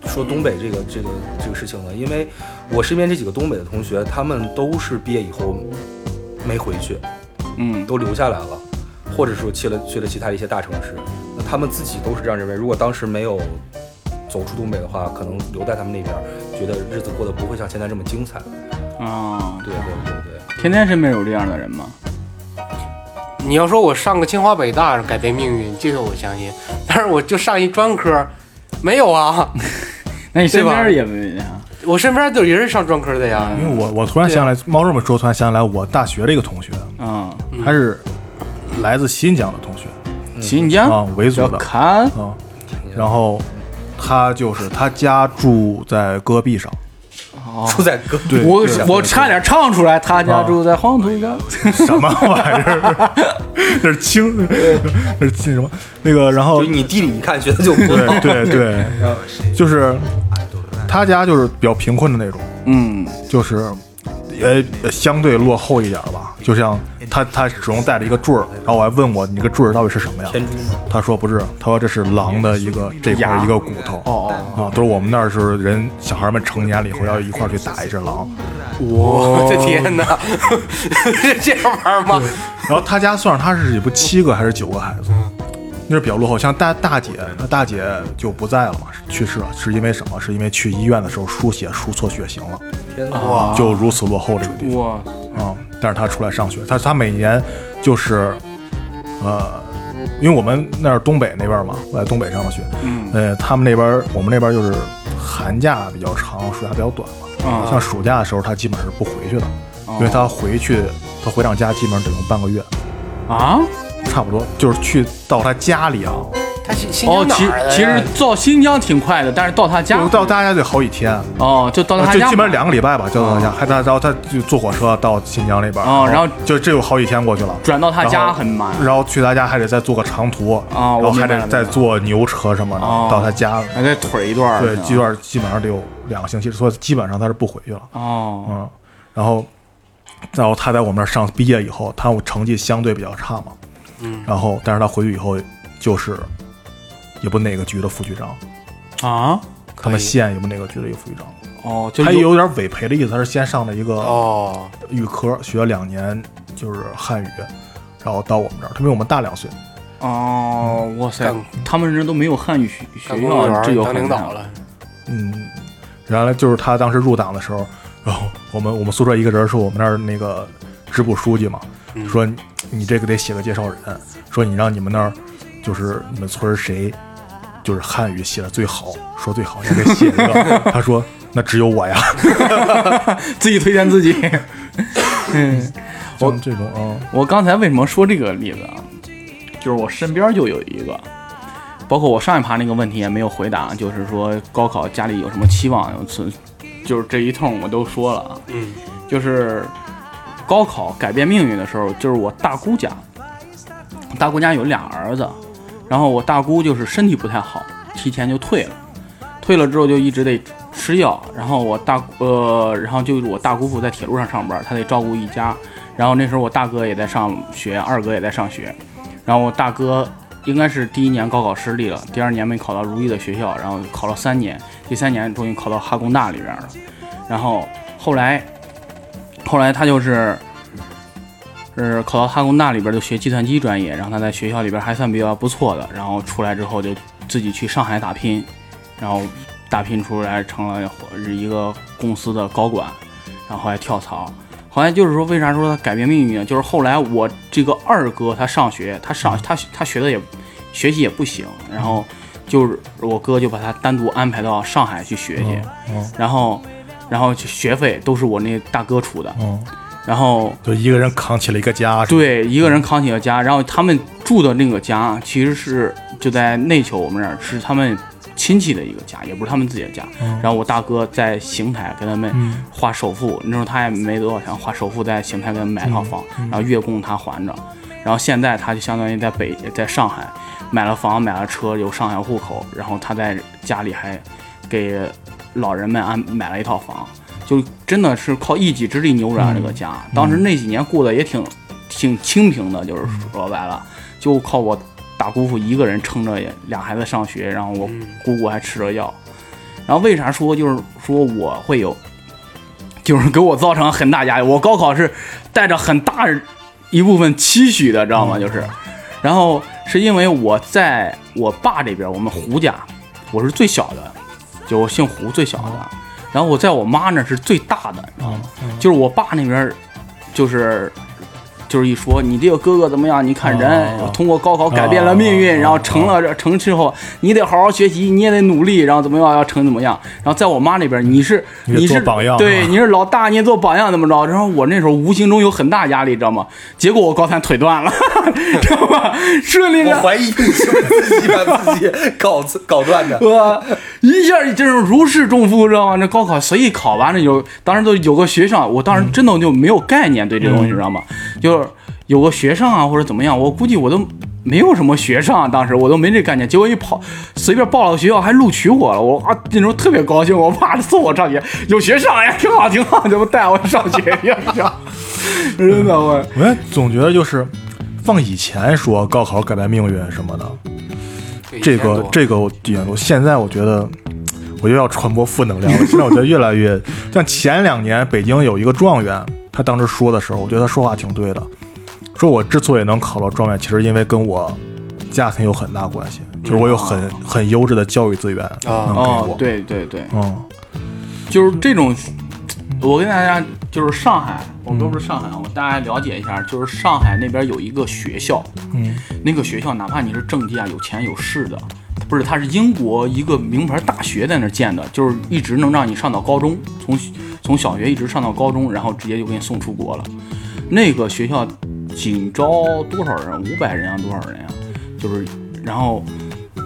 说东北这个这个这个事情呢？因为我身边这几个东北的同学，他们都是毕业以后没回去，
嗯，
都留下来了，或者说去了去了其他一些大城市，那他们自己都是这样认为。如果当时没有走出东北的话，可能留在他们那边，觉得日子过得不会像现在这么精彩。
啊，
对对对对，
天天身边有这样的人吗？
你要说我上个清华北大改变命运，这个我相信， [laughs] 但是我就上一专科，没有啊，
那你身
对吧
边也没啊？
我身边都有人上专科的呀。
因为我我突然想起来，猫这么说，突然想起来我大学的一个同学，
嗯，
他是来自新疆的同学
嗯
新疆
啊，维族
叫
的
看
啊，然后他就是他家住在戈壁上，
[laughs] 住在哥，
对
我
对
我差点唱出来，他
啊
家住在黄土高。
什么玩意儿？ [laughs] 那是清，那是清什么？那个，然后
就你地理一看觉得就不
对对对，就是他家就是比较贫困的那种，
嗯，
就是也也相对落后一点吧。就像他他始终带着一个坠儿，然后我还问我你这个坠儿到底是什么呀？
天珠吗
他说不是，他说这是狼的一个这块儿一个骨头。嗯哦哦啊，都是我们那儿是人小孩们成年了以后要一块儿去打一只狼。哦
我的天哪， [laughs] 这样玩儿吗？
然后他家算上他是也不七个还是九个孩子，
嗯
那是比较落后。像大大姐，那大姐就不在了嘛，去世了，是因为什么？是因为去医院的时候输血输错血型了，
天
哦
哪！
就如此落后这个地方
哇，
啊、但是他出来上学，他他每年就是，呃，因为我们那儿东北那边嘛，我在东北上的学，嗯，呃，他们那边我们那边就是寒假比较长，暑假比较短嘛。
啊哦
像暑假的时候，他基本上是不回去的，因为他回去，他回趟家基本上得用半个月。
啊！
差不多，就是去到他家里啊，
他新新
哦
疆，哪
其
儿的呀？
其实到新疆挺快的，但是到他家
就到他家得好几天，呃
哦，就啊到他
就
家啊
基本上两个礼拜吧，就到他家，还他然后他就坐火车到新疆那边，
哦然后
就这有好几天过去了，
转到他
然
家
后
很慢。
然后去他家还得再坐个长途，
哦
然
我
后
明白
还
了
得再坐牛车什么的
哦嗯
到他家，
还得腿一段儿
对，
呢
这段基本上得有两个星期，所以基本上他是不回去了，
哦，
嗯，然后，然后他在我们那儿上毕业以后，他成绩相对比较差嘛，嗯，然后但是他回去以后就是，也不哪个局的副局长，
啊，
他们县也不哪个局的一个副局长，
哦，就
他也有点委培的意思，他是先上的一个
哦，
预科，学了两年就是汉语，然后到我们这儿，他比我们大两岁，
哦，哇塞
干，
他们这都没有汉语学
干
学
公务
校，这
员
有
当领导了，
嗯，原来就是他当时入党的时候，然后我们我们宿舍一个人是我们那儿那个支部书记嘛，说你你这个得写个介绍人，说你让你们那儿就是你们村儿谁就是汉语写的最好，说最好，你得写一个。他说那只有我呀，
自己推荐自
[laughs]
己。
我这种啊，
我刚才为什么说这个例子啊？就是我身边就有一个，包括我上一趴那个问题也没有回答，就是说高考家里有什么期望，有存，就是这一通我都说了啊。
嗯，
就是高考改变命运的时候，就是我大姑家，大姑家有俩儿子，然后我大姑就是身体不太好，提前就退了，退了之后就一直得吃药，然后我大呃，然后就是我大姑父在铁路上上班，他得照顾一家，然后那时候我大哥也在上学，二哥也在上学，然后我大哥应该是第一年高考失利了，第二年没考到如意的学校，然后考了三年，第三年终于考到哈工大里边了。然后后来，后来他就是，是考到哈工大里边就学计算机专业，然后他在学校里边还算比较不错的，然后出来之后就自己去上海打拼，然后打拼出来成了一个公司的高管，然后后来跳槽。后来就是说，为啥说他改变命运呢？就是后来我这个二哥他上学，他
嗯
上他他学的也学习也不行，然后就是我哥就把他单独安排到上海去学去，
嗯
然后然后学费都是我那大哥出的，
嗯，
然后
就一个人扛起了一个家，是吧，
对一个人扛起了
嗯
家，然后他们住的那个家其实是就在内丘我们那儿，是他们亲戚的一个家，也不是他们自己的家。然后我大哥在邢台给他们
嗯
花首付，那时候他也没多少钱，花首付在邢台给他们买套房，
嗯
然后月供他还着。然后现在他就相当于在北在上海买了房买了车，有上海户口，然后他在家里还给老人们安买了一套房，就真的是靠一己之力扭转了这个家。
嗯
当时那几年过得也挺挺清贫的，就是说白了，就靠我大姑父一个人撑着也俩孩子上学，然后我
嗯
姑姑还吃着药。然后为啥说就是说我会有，就是给我造成很大压力。我高考是带着很大一部分期许的，知道
嗯
吗？就是，然后是因为我在我爸这边，我们胡家，我是最小的，就我姓胡最小的。
嗯
然后我在我妈那是最大的，你知道吗？就是我爸那边，就是就是一说你这个哥哥怎么样？你看人
哦
通过高考改变了命
哦
运，然后成了成之后，你得好好学习，你也得努力，然后怎么样要成怎么样。然后在我妈那边，你是
你得
是
做榜样
对
啊
你是老大，你也做榜样怎么着？然后我那时候无形中有很大压力，知道吗？结果我高三腿断了， [laughs] 知道吗？顺利
我
的。
怀疑你是不是自己把自己搞搞断的。
我 [laughs] 一下这种如释重负，知道吗？那高考随意考吧，那有当时都有个学生，我当时真的就没有概念对这东西，知道吗？就是有个学生啊或者怎么样，我估计我都没有什么学生、啊，当时我都没这概念。结果一跑，随便报了个学校还录取我了，我啊那时候特别高兴，我爸送我上学，有学上哎呀，挺好挺好，怎么带我上学呀？真的我。
我也总觉得就是放以前说高考改变命运什么的，
对
这
以前
个
多
这个我底下，我现在我觉得。我又要传播负能量了。现在我觉得越来越像前两年北京有一个状元，他当时说的时候，我觉得他说话挺对的。说我之所以能考到状元，其实因为跟我家庭有很大关系，就是我有
嗯
很很优质的教育资源
啊
能给
哦
我，。
对对对，
嗯，
就是这种，我跟大家就是上海，我们都是上海，我大家了解一下，就是上海那边有一个学校，
嗯，
那个学校哪怕你是政界啊有钱有势的，不是，它是英国一个名牌大学在那儿建的，就是一直能让你上到高中，从从小学一直上到高中，然后直接就给你送出国了。那个学校仅招多少人？五百人啊，多少人啊？就是，然后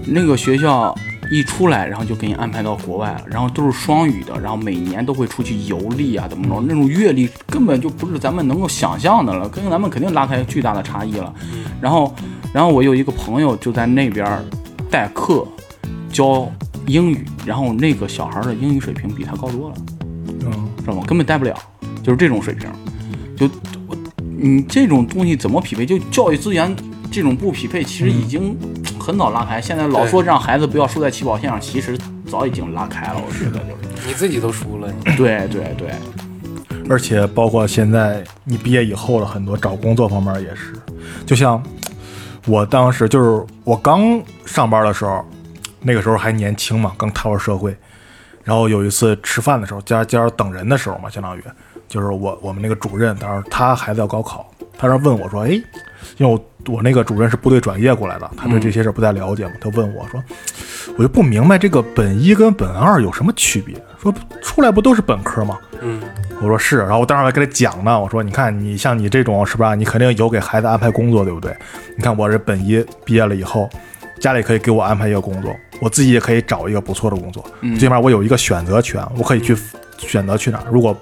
那个学校一出来，然后就给你安排到国外了，然后都是双语的，然后每年都会出去游历啊，怎么着，那种阅历根本就不是咱们能够想象的了，跟咱们肯定拉开巨大的差异了。然后，然后我有一个朋友就在那边儿代课教英语，然后那个小孩儿的英语水平比他高多了。
嗯
知道吗？根本带不了，就是这种水平。就我你这种东西怎么匹配？就教育资源这种不匹配，其实已经很早拉开。现在老说让孩子不要输在起跑线上，其实早已经拉开了。我觉得就是，
你自己都输了，你
对对对，
而且包括现在你毕业以后的很多找工作方面也是，就像我当时就是我刚上班的时候，那个时候还年轻嘛，刚踏入社会。然后有一次吃饭的时候，加加上等人的时候嘛，相当于就是我我们那个主任，当时他孩子要高考，他当时问我说：“哎，因为我我那个主任是部队转业过来的，他对这些事儿不太了解嘛，他问我说，我就不明白这个本一跟本二有什么区别，说出来不都是本科吗？”
嗯，
我说是，然后我当时还跟他讲呢，我说你看你像你这种是啊吧，你肯定有给孩子安排工作，对不对？你看我这本一毕业了以后，家里可以给我安排一个工作，我自己也可以找一个不错的工作，
嗯
最起码我有一个选择权，我可以去选择去哪儿。如果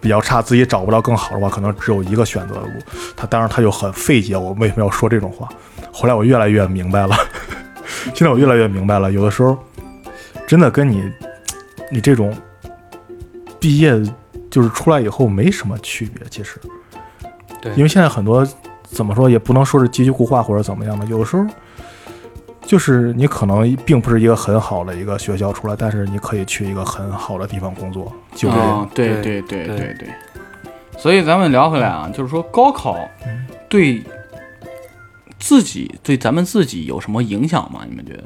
比较差，自己找不到更好的话，可能只有一个选择的路。他当时他就很费解，我为什么要说这种话。后来我越来越明白了， [laughs] 现在我越来越明白了，有的时候真的跟你你这种毕业就是出来以后没什么区别，其实。
对
因为现在很多怎么说也不能说是极其固化或者怎么样的，有的时候就是你可能并不是一个很好的一个学校出来，但是你可以去一个很好的地方工作，就这样。
啊，对
对
对对
对
对对。所以咱们聊回来啊，就是说高考对自己对咱们自己有什么影响吗？你们觉得？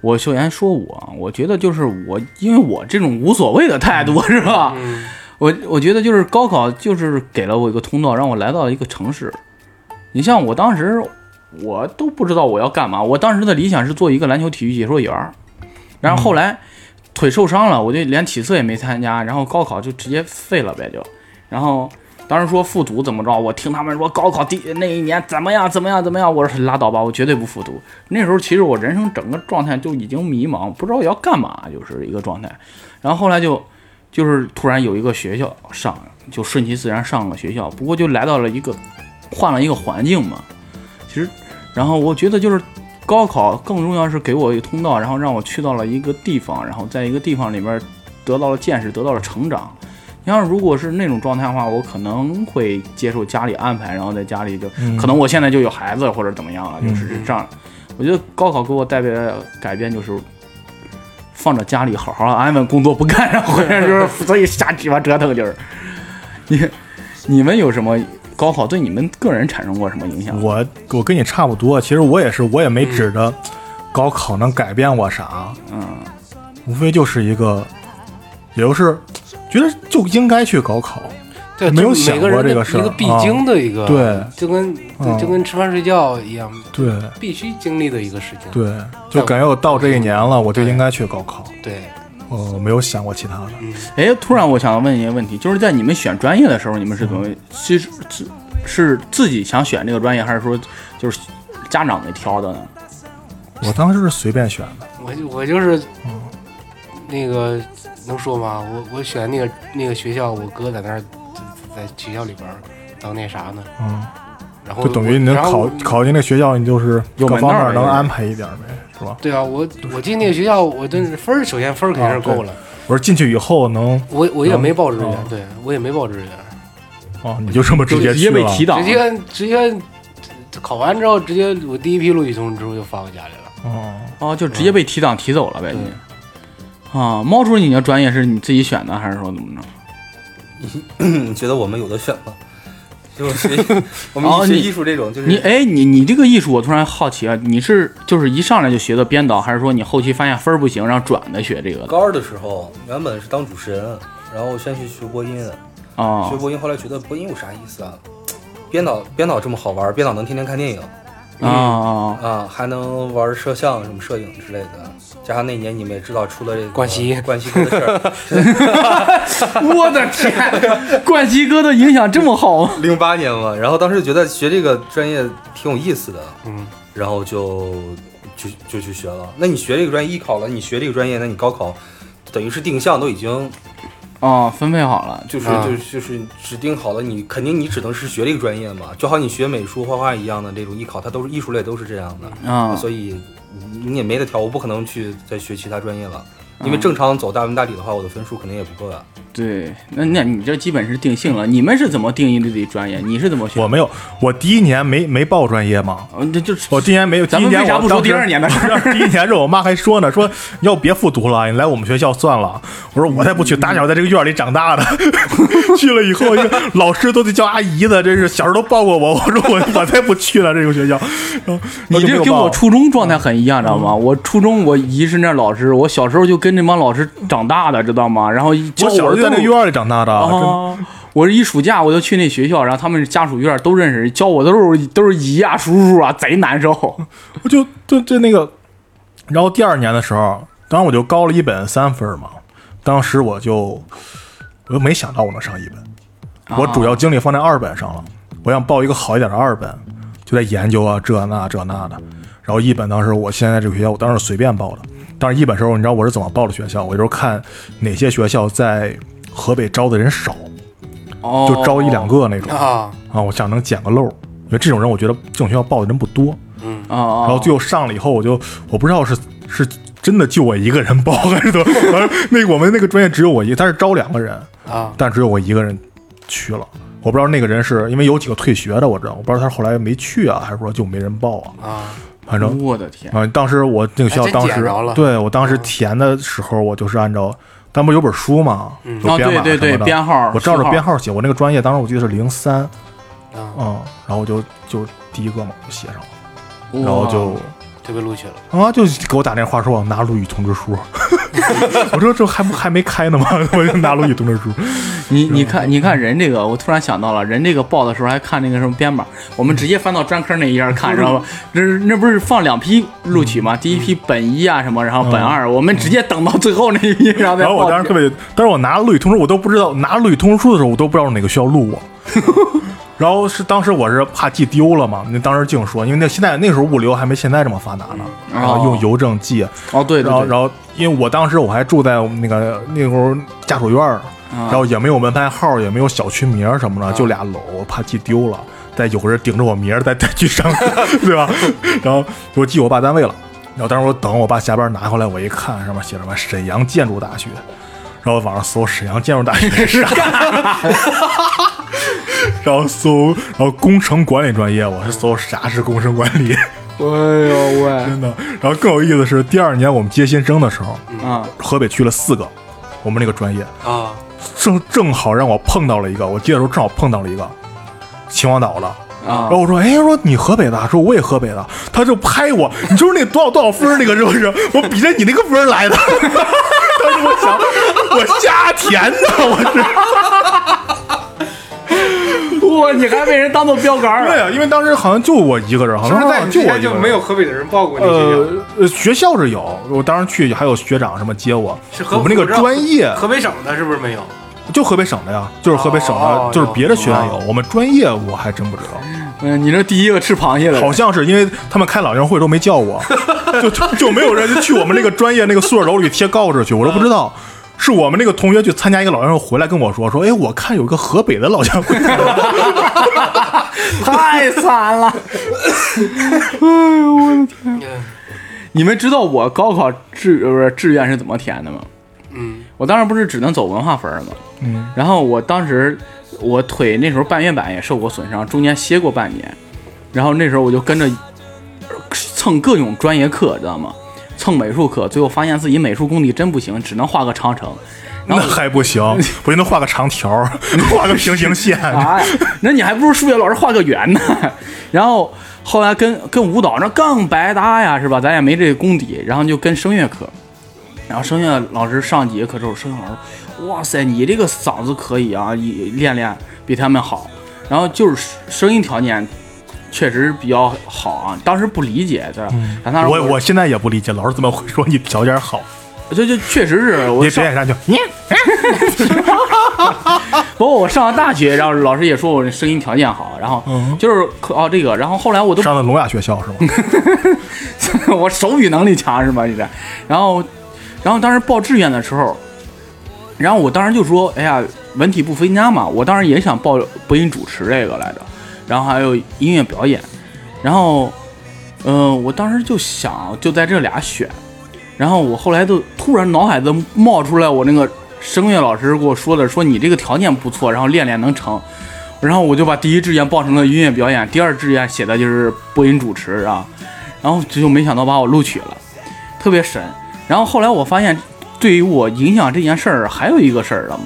我首先说我啊，我觉得就是我，因为我这种无所谓的态度是吧？我我觉得就是高考就是给了我一个通道，让我来到一个城市。你像我当时，我都不知道我要干嘛。我当时的理想是做一个篮球体育解说员儿，然后后来腿受伤了，我就连体测也没参加，然后高考就直接废了呗就。然后当时说复读怎么着，我听他们说高考第那一年怎么样怎么样怎么样，我说拉倒吧，我绝对不复读。那时候其实我人生整个状态就已经迷茫，不知道要干嘛，就是一个状态。然后后来就就是突然有一个学校上，就顺其自然上了学校，不过就来到了一个换了一个环境嘛。其实，然后我觉得就是高考更重要是给我一个通道，然后让我去到了一个地方，然后在一个地方里面得到了见识，得到了成长。你要如果是那种状态的话，我可能会接受家里安排，然后在家里就、
嗯
可能我现在就有孩子或者怎么样了，啊就是这样。我觉得高考给我带来的改变就是。放着家里好好安稳工作不干，然后回来就是所以瞎鸡巴折腾就是。你你们有什么高考对你们个人产生过什么影响？
嗯我我跟你差不多，其实我也是，我也没
嗯
指着高考能改变我啥，嗯，无非就是一个，也就是觉得就应该去高考，
对，
没有
就
想
每个
过
人
这个
的
事儿啊
一个必经的一个，
对，
就跟对
嗯
就跟吃饭睡觉一样，
对
必须经历的一个事情。
对，就感觉我到这一年
嗯
了，我就应该去高考，
对，
呃，没有想过其他的。
哎，突然我想问一个问题，就是在你们选专业的时候，你们是怎么其实自是自己想选这个专业，还是说就是家长给挑的呢？
我当时是随便选的，
我就我就是
嗯
那个能说吗？我我选那个那个学校，我哥在那儿在在学校里边儿当那啥呢，
嗯，
然后
就等于你能
然后
考考进那学校，你就是
有
各
门
方
道
面
儿
能
了
安排一点儿呗，是吧？
对啊，我我进那个学校，我真是分儿，首先分儿肯定是够了。
我说进去以后哦能，
我我也没报志
哦
愿，对我也没报志愿，
哦，你就这么直接
直接
去
被
了，
提档
直，接直接考完之后，直接我第一批录取通知书就发我家里了。 [laughs]
哦，
哦，就直接被提档提走了呗。
对
你啊，猫叔，你的专业是你自己选的，还是说怎么着？
你觉得我们有的选吗？就是学 [laughs] 我们
哦
学
你
艺术这种，就是
你哎，你你这个艺术，我突然好奇啊，你是就是一上来就学的编导，还是说你后期发现分儿不行，然后转的学这个的？
高二的时候，原本是当主持人，然后先去学播音，
啊
学播音后来觉得播音有啥意思啊？编导编导这么好玩，编导能天天看电影
啊啊！
啊，还能玩摄像什么摄影之类的。加上那年你们也知道出了这个
冠希
冠希哥的事儿，
我的天，冠希哥的影响这么好吗？
零八年嘛，然后当时觉得学这个专业挺有意思的，
嗯，
然后就就就去学了。那你学这个专业艺考了，你学这个专业，那你高考等于是定向都已经
哦，分配好了，
就是
啊
就就是指定好了，你肯定你只能是学这个专业嘛，就好像你学美术、画画一样的这种艺考，它都是艺术类，都是这样的，
啊，
所以你你也没得挑，我不可能去再学其他专业了，因为正常走大文大理的话，我的分数肯定也不够呀。
对，那那你这基本是定性了。你们是怎么定义自己专业？你是怎么选？
我没有，我第一年没没报专业嘛，
嗯，这就是
[laughs] 我第一年没有，第
咱
一
们
年
为啥
我
不说
当时
第二年的事？
[laughs] 第一年是我妈还说呢，说你要别复读了，你来我们学校算了。我说我才不去，打小在这个院里长大的， [laughs] 去了以后，一个老师都得叫阿姨的，真是小时候都抱过我。我说我我才不去了这个学校。然后
你这跟哦我
出
初中状态很一样，知道
嗯
吗？我初中我姨是那老师，我小时候就跟这帮老师长大的，知道吗？然后一教
我小时候在那
都
院里长大的，真
啊，我是一暑假我就去那学校，然后他们家属院都认识，教我的都是都是姨啊、叔叔啊，贼难受。
我就就就那个，然后第二年的时候，当然我就高了一本三分嘛。当时我就我就没想到我能上一本，我主要精力放在二本上了。我想报一个好一点的二本，就在研究啊这那这那的。然后一本当时我现在这个学校，我当时随便报的。但是一本时候，你知道我是怎么报的学校？我就是看哪些学校在河北招的人少，
哦，
[laughs] 就招一两个那种
啊，
啊。我想能捡个漏，因为这种人我觉得这种学校报的人不多。
啊啊！
然后最后上了以后，我就我不知道是是真的就我一个人报还是怎么， [laughs] 反正那个我们那个专业只有我一，他是招两个人，
啊
但只有我一个人去了。我不知道那个人是因为有几个退学的，我知道，我不知道他是后来没去啊，还是说就没人报啊，
啊，
反正
哦我的天，
啊，当时我那个学校
哎真
当
捡
时
着了嗯
对我当时填的时候，我就是按照。咱不是有本书嘛，有
嗯
哦
编码
对对对
什么的
编号
我照
序
着
号
编号写。我那个专业当时我记得是零三，
啊
嗯，然后我就就第一个嘛，就写上了，然后就
就被录取了。
啊，就给我打电话说我拿录取通知书，我说这还不还没开呢吗？我就拿录取通知书，
你你看你看人这个，我突然想到了，人这个报的时候还看那个什么编码，我们直接翻到专科那一页
嗯
看，知道吧？这是那不是放两批录取吗？第一批本一啊什么，然后本二，我们直接等到最后那一批，然后再
嗯然后我
报
当时
这
特别，但是我拿录取通知，我都不知道拿录取通知书的时候，我都不知道哪个学校录我。然后是当时我是怕寄丢了嘛，那当时净说，因为那现在那时候物流还没现在这么发达呢，然后用邮政寄，啊
哦对对
然后
对，
然后因为我当时我还住在我们那个那会儿家属院儿，
啊
然后也没有门牌号，也没有小区名儿什么的，就俩楼，怕寄丢了，再有个人顶着我名儿再再去上学， [laughs] 对吧？然后我寄我爸单位了，然后当时我等我爸下班拿回来，我一看上面写着什么沈阳建筑大学。然后网上搜沈阳建筑大学
[laughs]
是啥，然后搜，然后工程管理专业，我是搜啥是工程管理，
哎呦喂，
真的。然后更有意思的是，第二年我们接新生的时候，
啊
河北去了四个，我们那个专业
啊，
正正好让我碰到了一个，我记得时候正好碰到了一个秦皇岛的。然
啊
后我说，哎，我说你河北的啊，说我也河北的，他就拍我，你就是那多少多少分儿那个是不是？我比着你那个分儿来的。当时我想，我瞎填的，我这
哇，你还被人当做标杆儿
对啊，因为当时好像就我一个人，好
是不
像啊
是在你
就
之
我一个
前
人
就没有河北的人报过你学
呃呃学校是有，我当时去还有学长什么接我，
是河
我们那个
我知道
专业
校？河北省的是不是没有？
就河北省的呀，就是河北省的，
哦
就是
有
别的学院有，我们专业我还真不知道。
嗯，你这第一个吃螃蟹的，
好像是因为他们开老人会都没叫我，就就没有人去我们那个专业那个宿舍楼里贴告示去，我都不知道。是我们那个同学去参加一个老人会回来跟我说说，哎，我看有一个河北的老乡会，
[laughs] 太惨了。哎你们知道我高考志呃不是志愿是怎么填的吗？
嗯，
我当时不是只能走文化分儿吗？
嗯，
然后我当时我腿那时候半月板也受过损伤，中间歇过半年，然后那时候我就跟着呃蹭各种专业课，知道吗？蹭美术课，最后发现自己美术功底真不行，只能画个长城。
那还不行，我就能画个长条儿，画个平行线。 [laughs]
哎，那你还不如数学老师画个圆呢。然后后来跟跟舞蹈那更白搭呀，是吧？咱也没这个功底，然后就跟声乐课，然后声乐老师上几节课之后，声乐老师，哇塞，你这个嗓子可以啊，你练练比他们好。然后就是声音条件确实比较好啊，当时不理解，对吧？然后当时
嗯我我现在也不理解，老师怎么会说你条件好？
我就就确实是我
你
上
表演上去，你
包括我上了大学，然后老师也说我这声音条件好，然后
嗯
就是可哦这个，然后后来我都
上的聋哑学校是吗？
[laughs] 我手语能力强是吧？你这，然后，然后当时报志愿的时候，然后我当时就说，哎呀，文体不分家嘛，我当时也想报播音主持这个来着，然后还有音乐表演，然后，呃，我当时就想就在这俩选，然后我后来就突然脑海子冒出来我那个声乐老师给我说的，说你这个条件不错，然后练练能成。然后我就把第一志愿报成了音乐表演，第二志愿写的就是播音主持啊，然后就没想到把我录取了，特别神。然后后来我发现，对于我影响这件事儿还有一个事儿啊，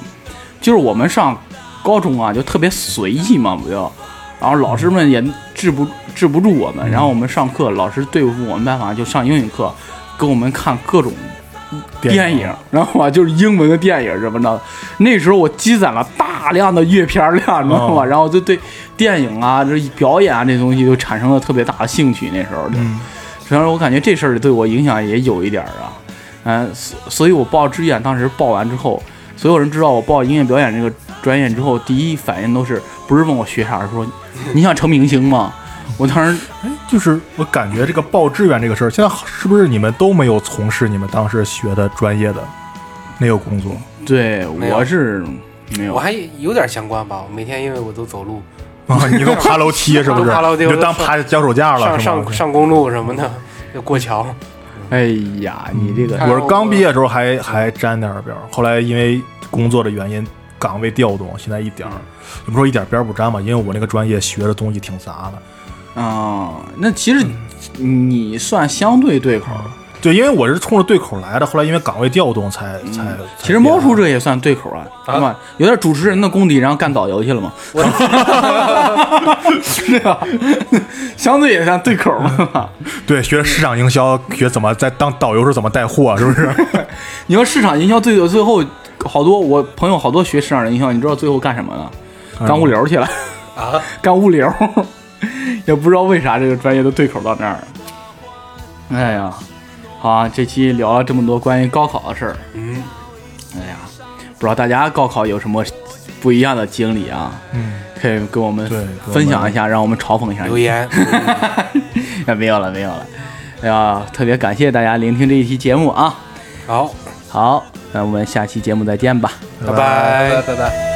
就是我们上高中啊就特别随意嘛，不就，然后老师们也治不治不住我们，然后我们上课老师对付我们办法就上英语课，给我们看各种电影，然后啊就是英文的电影什么的。那时候我积攒了大量的阅片量，你知道吗？
哦
然后就对电影啊、这表演啊这东西就产生了特别大的兴趣。那时候就，
嗯
虽然我感觉这事儿对我影响也有一点儿啊，嗯、所所以我报志愿当时报完之后，所有人知道我报音乐表演这个专业之后，第一反应都是不是问我学啥，而是说你想成明星吗？我当时
哎，就是我感觉这个报志愿这个事儿，现在是不是你们都没有从事你们当时学的专业的那个工作？
对
没有
我是没有
我还有点相关吧。我每天因为我都走路，
啊， [laughs] 你都爬楼梯是不
[laughs]
是？
爬楼梯
你就当爬脚手架了
上
是吗
上？上公路什么的，就过桥。
哎呀，你这个
嗯
我是刚毕业的时候还还沾点儿边儿，后来因为工作的原因，岗位调动，现在一点儿也不说一点儿边儿不沾吧，因为我那个专业学的东西挺杂的。
啊、那其实你算相对对口儿。
对，因为我是冲着对口来的，后来因为岗位调动才才。才
其实猫叔这也算对口啊，对吧？有点主持人的功底，然后干导游去了嘛。 [laughs] 对吧？相对也算对口嘛。
对学市场营销，学怎么在当导游是怎么带货，是不是？
你说市场营销最最后好多，我朋友好多学市场营销，你知道最后干什么的？干物流去了，
啊，
[laughs] 干物流，也不知道为啥这个专业的对口到那儿了。哎呀，好啊，这期聊了这么多关于高考的事儿。
嗯，
哎呀，不知道大家高考有什么不一样的经历啊？嗯，可以跟我们
对跟我们
分享一下，让我们嘲讽一下你。
留言，
哎，没有了，没有了。哎呀，特别感谢大家聆听这一期节目啊！
好，
好，那我们下期节目再见吧。
拜拜
拜拜。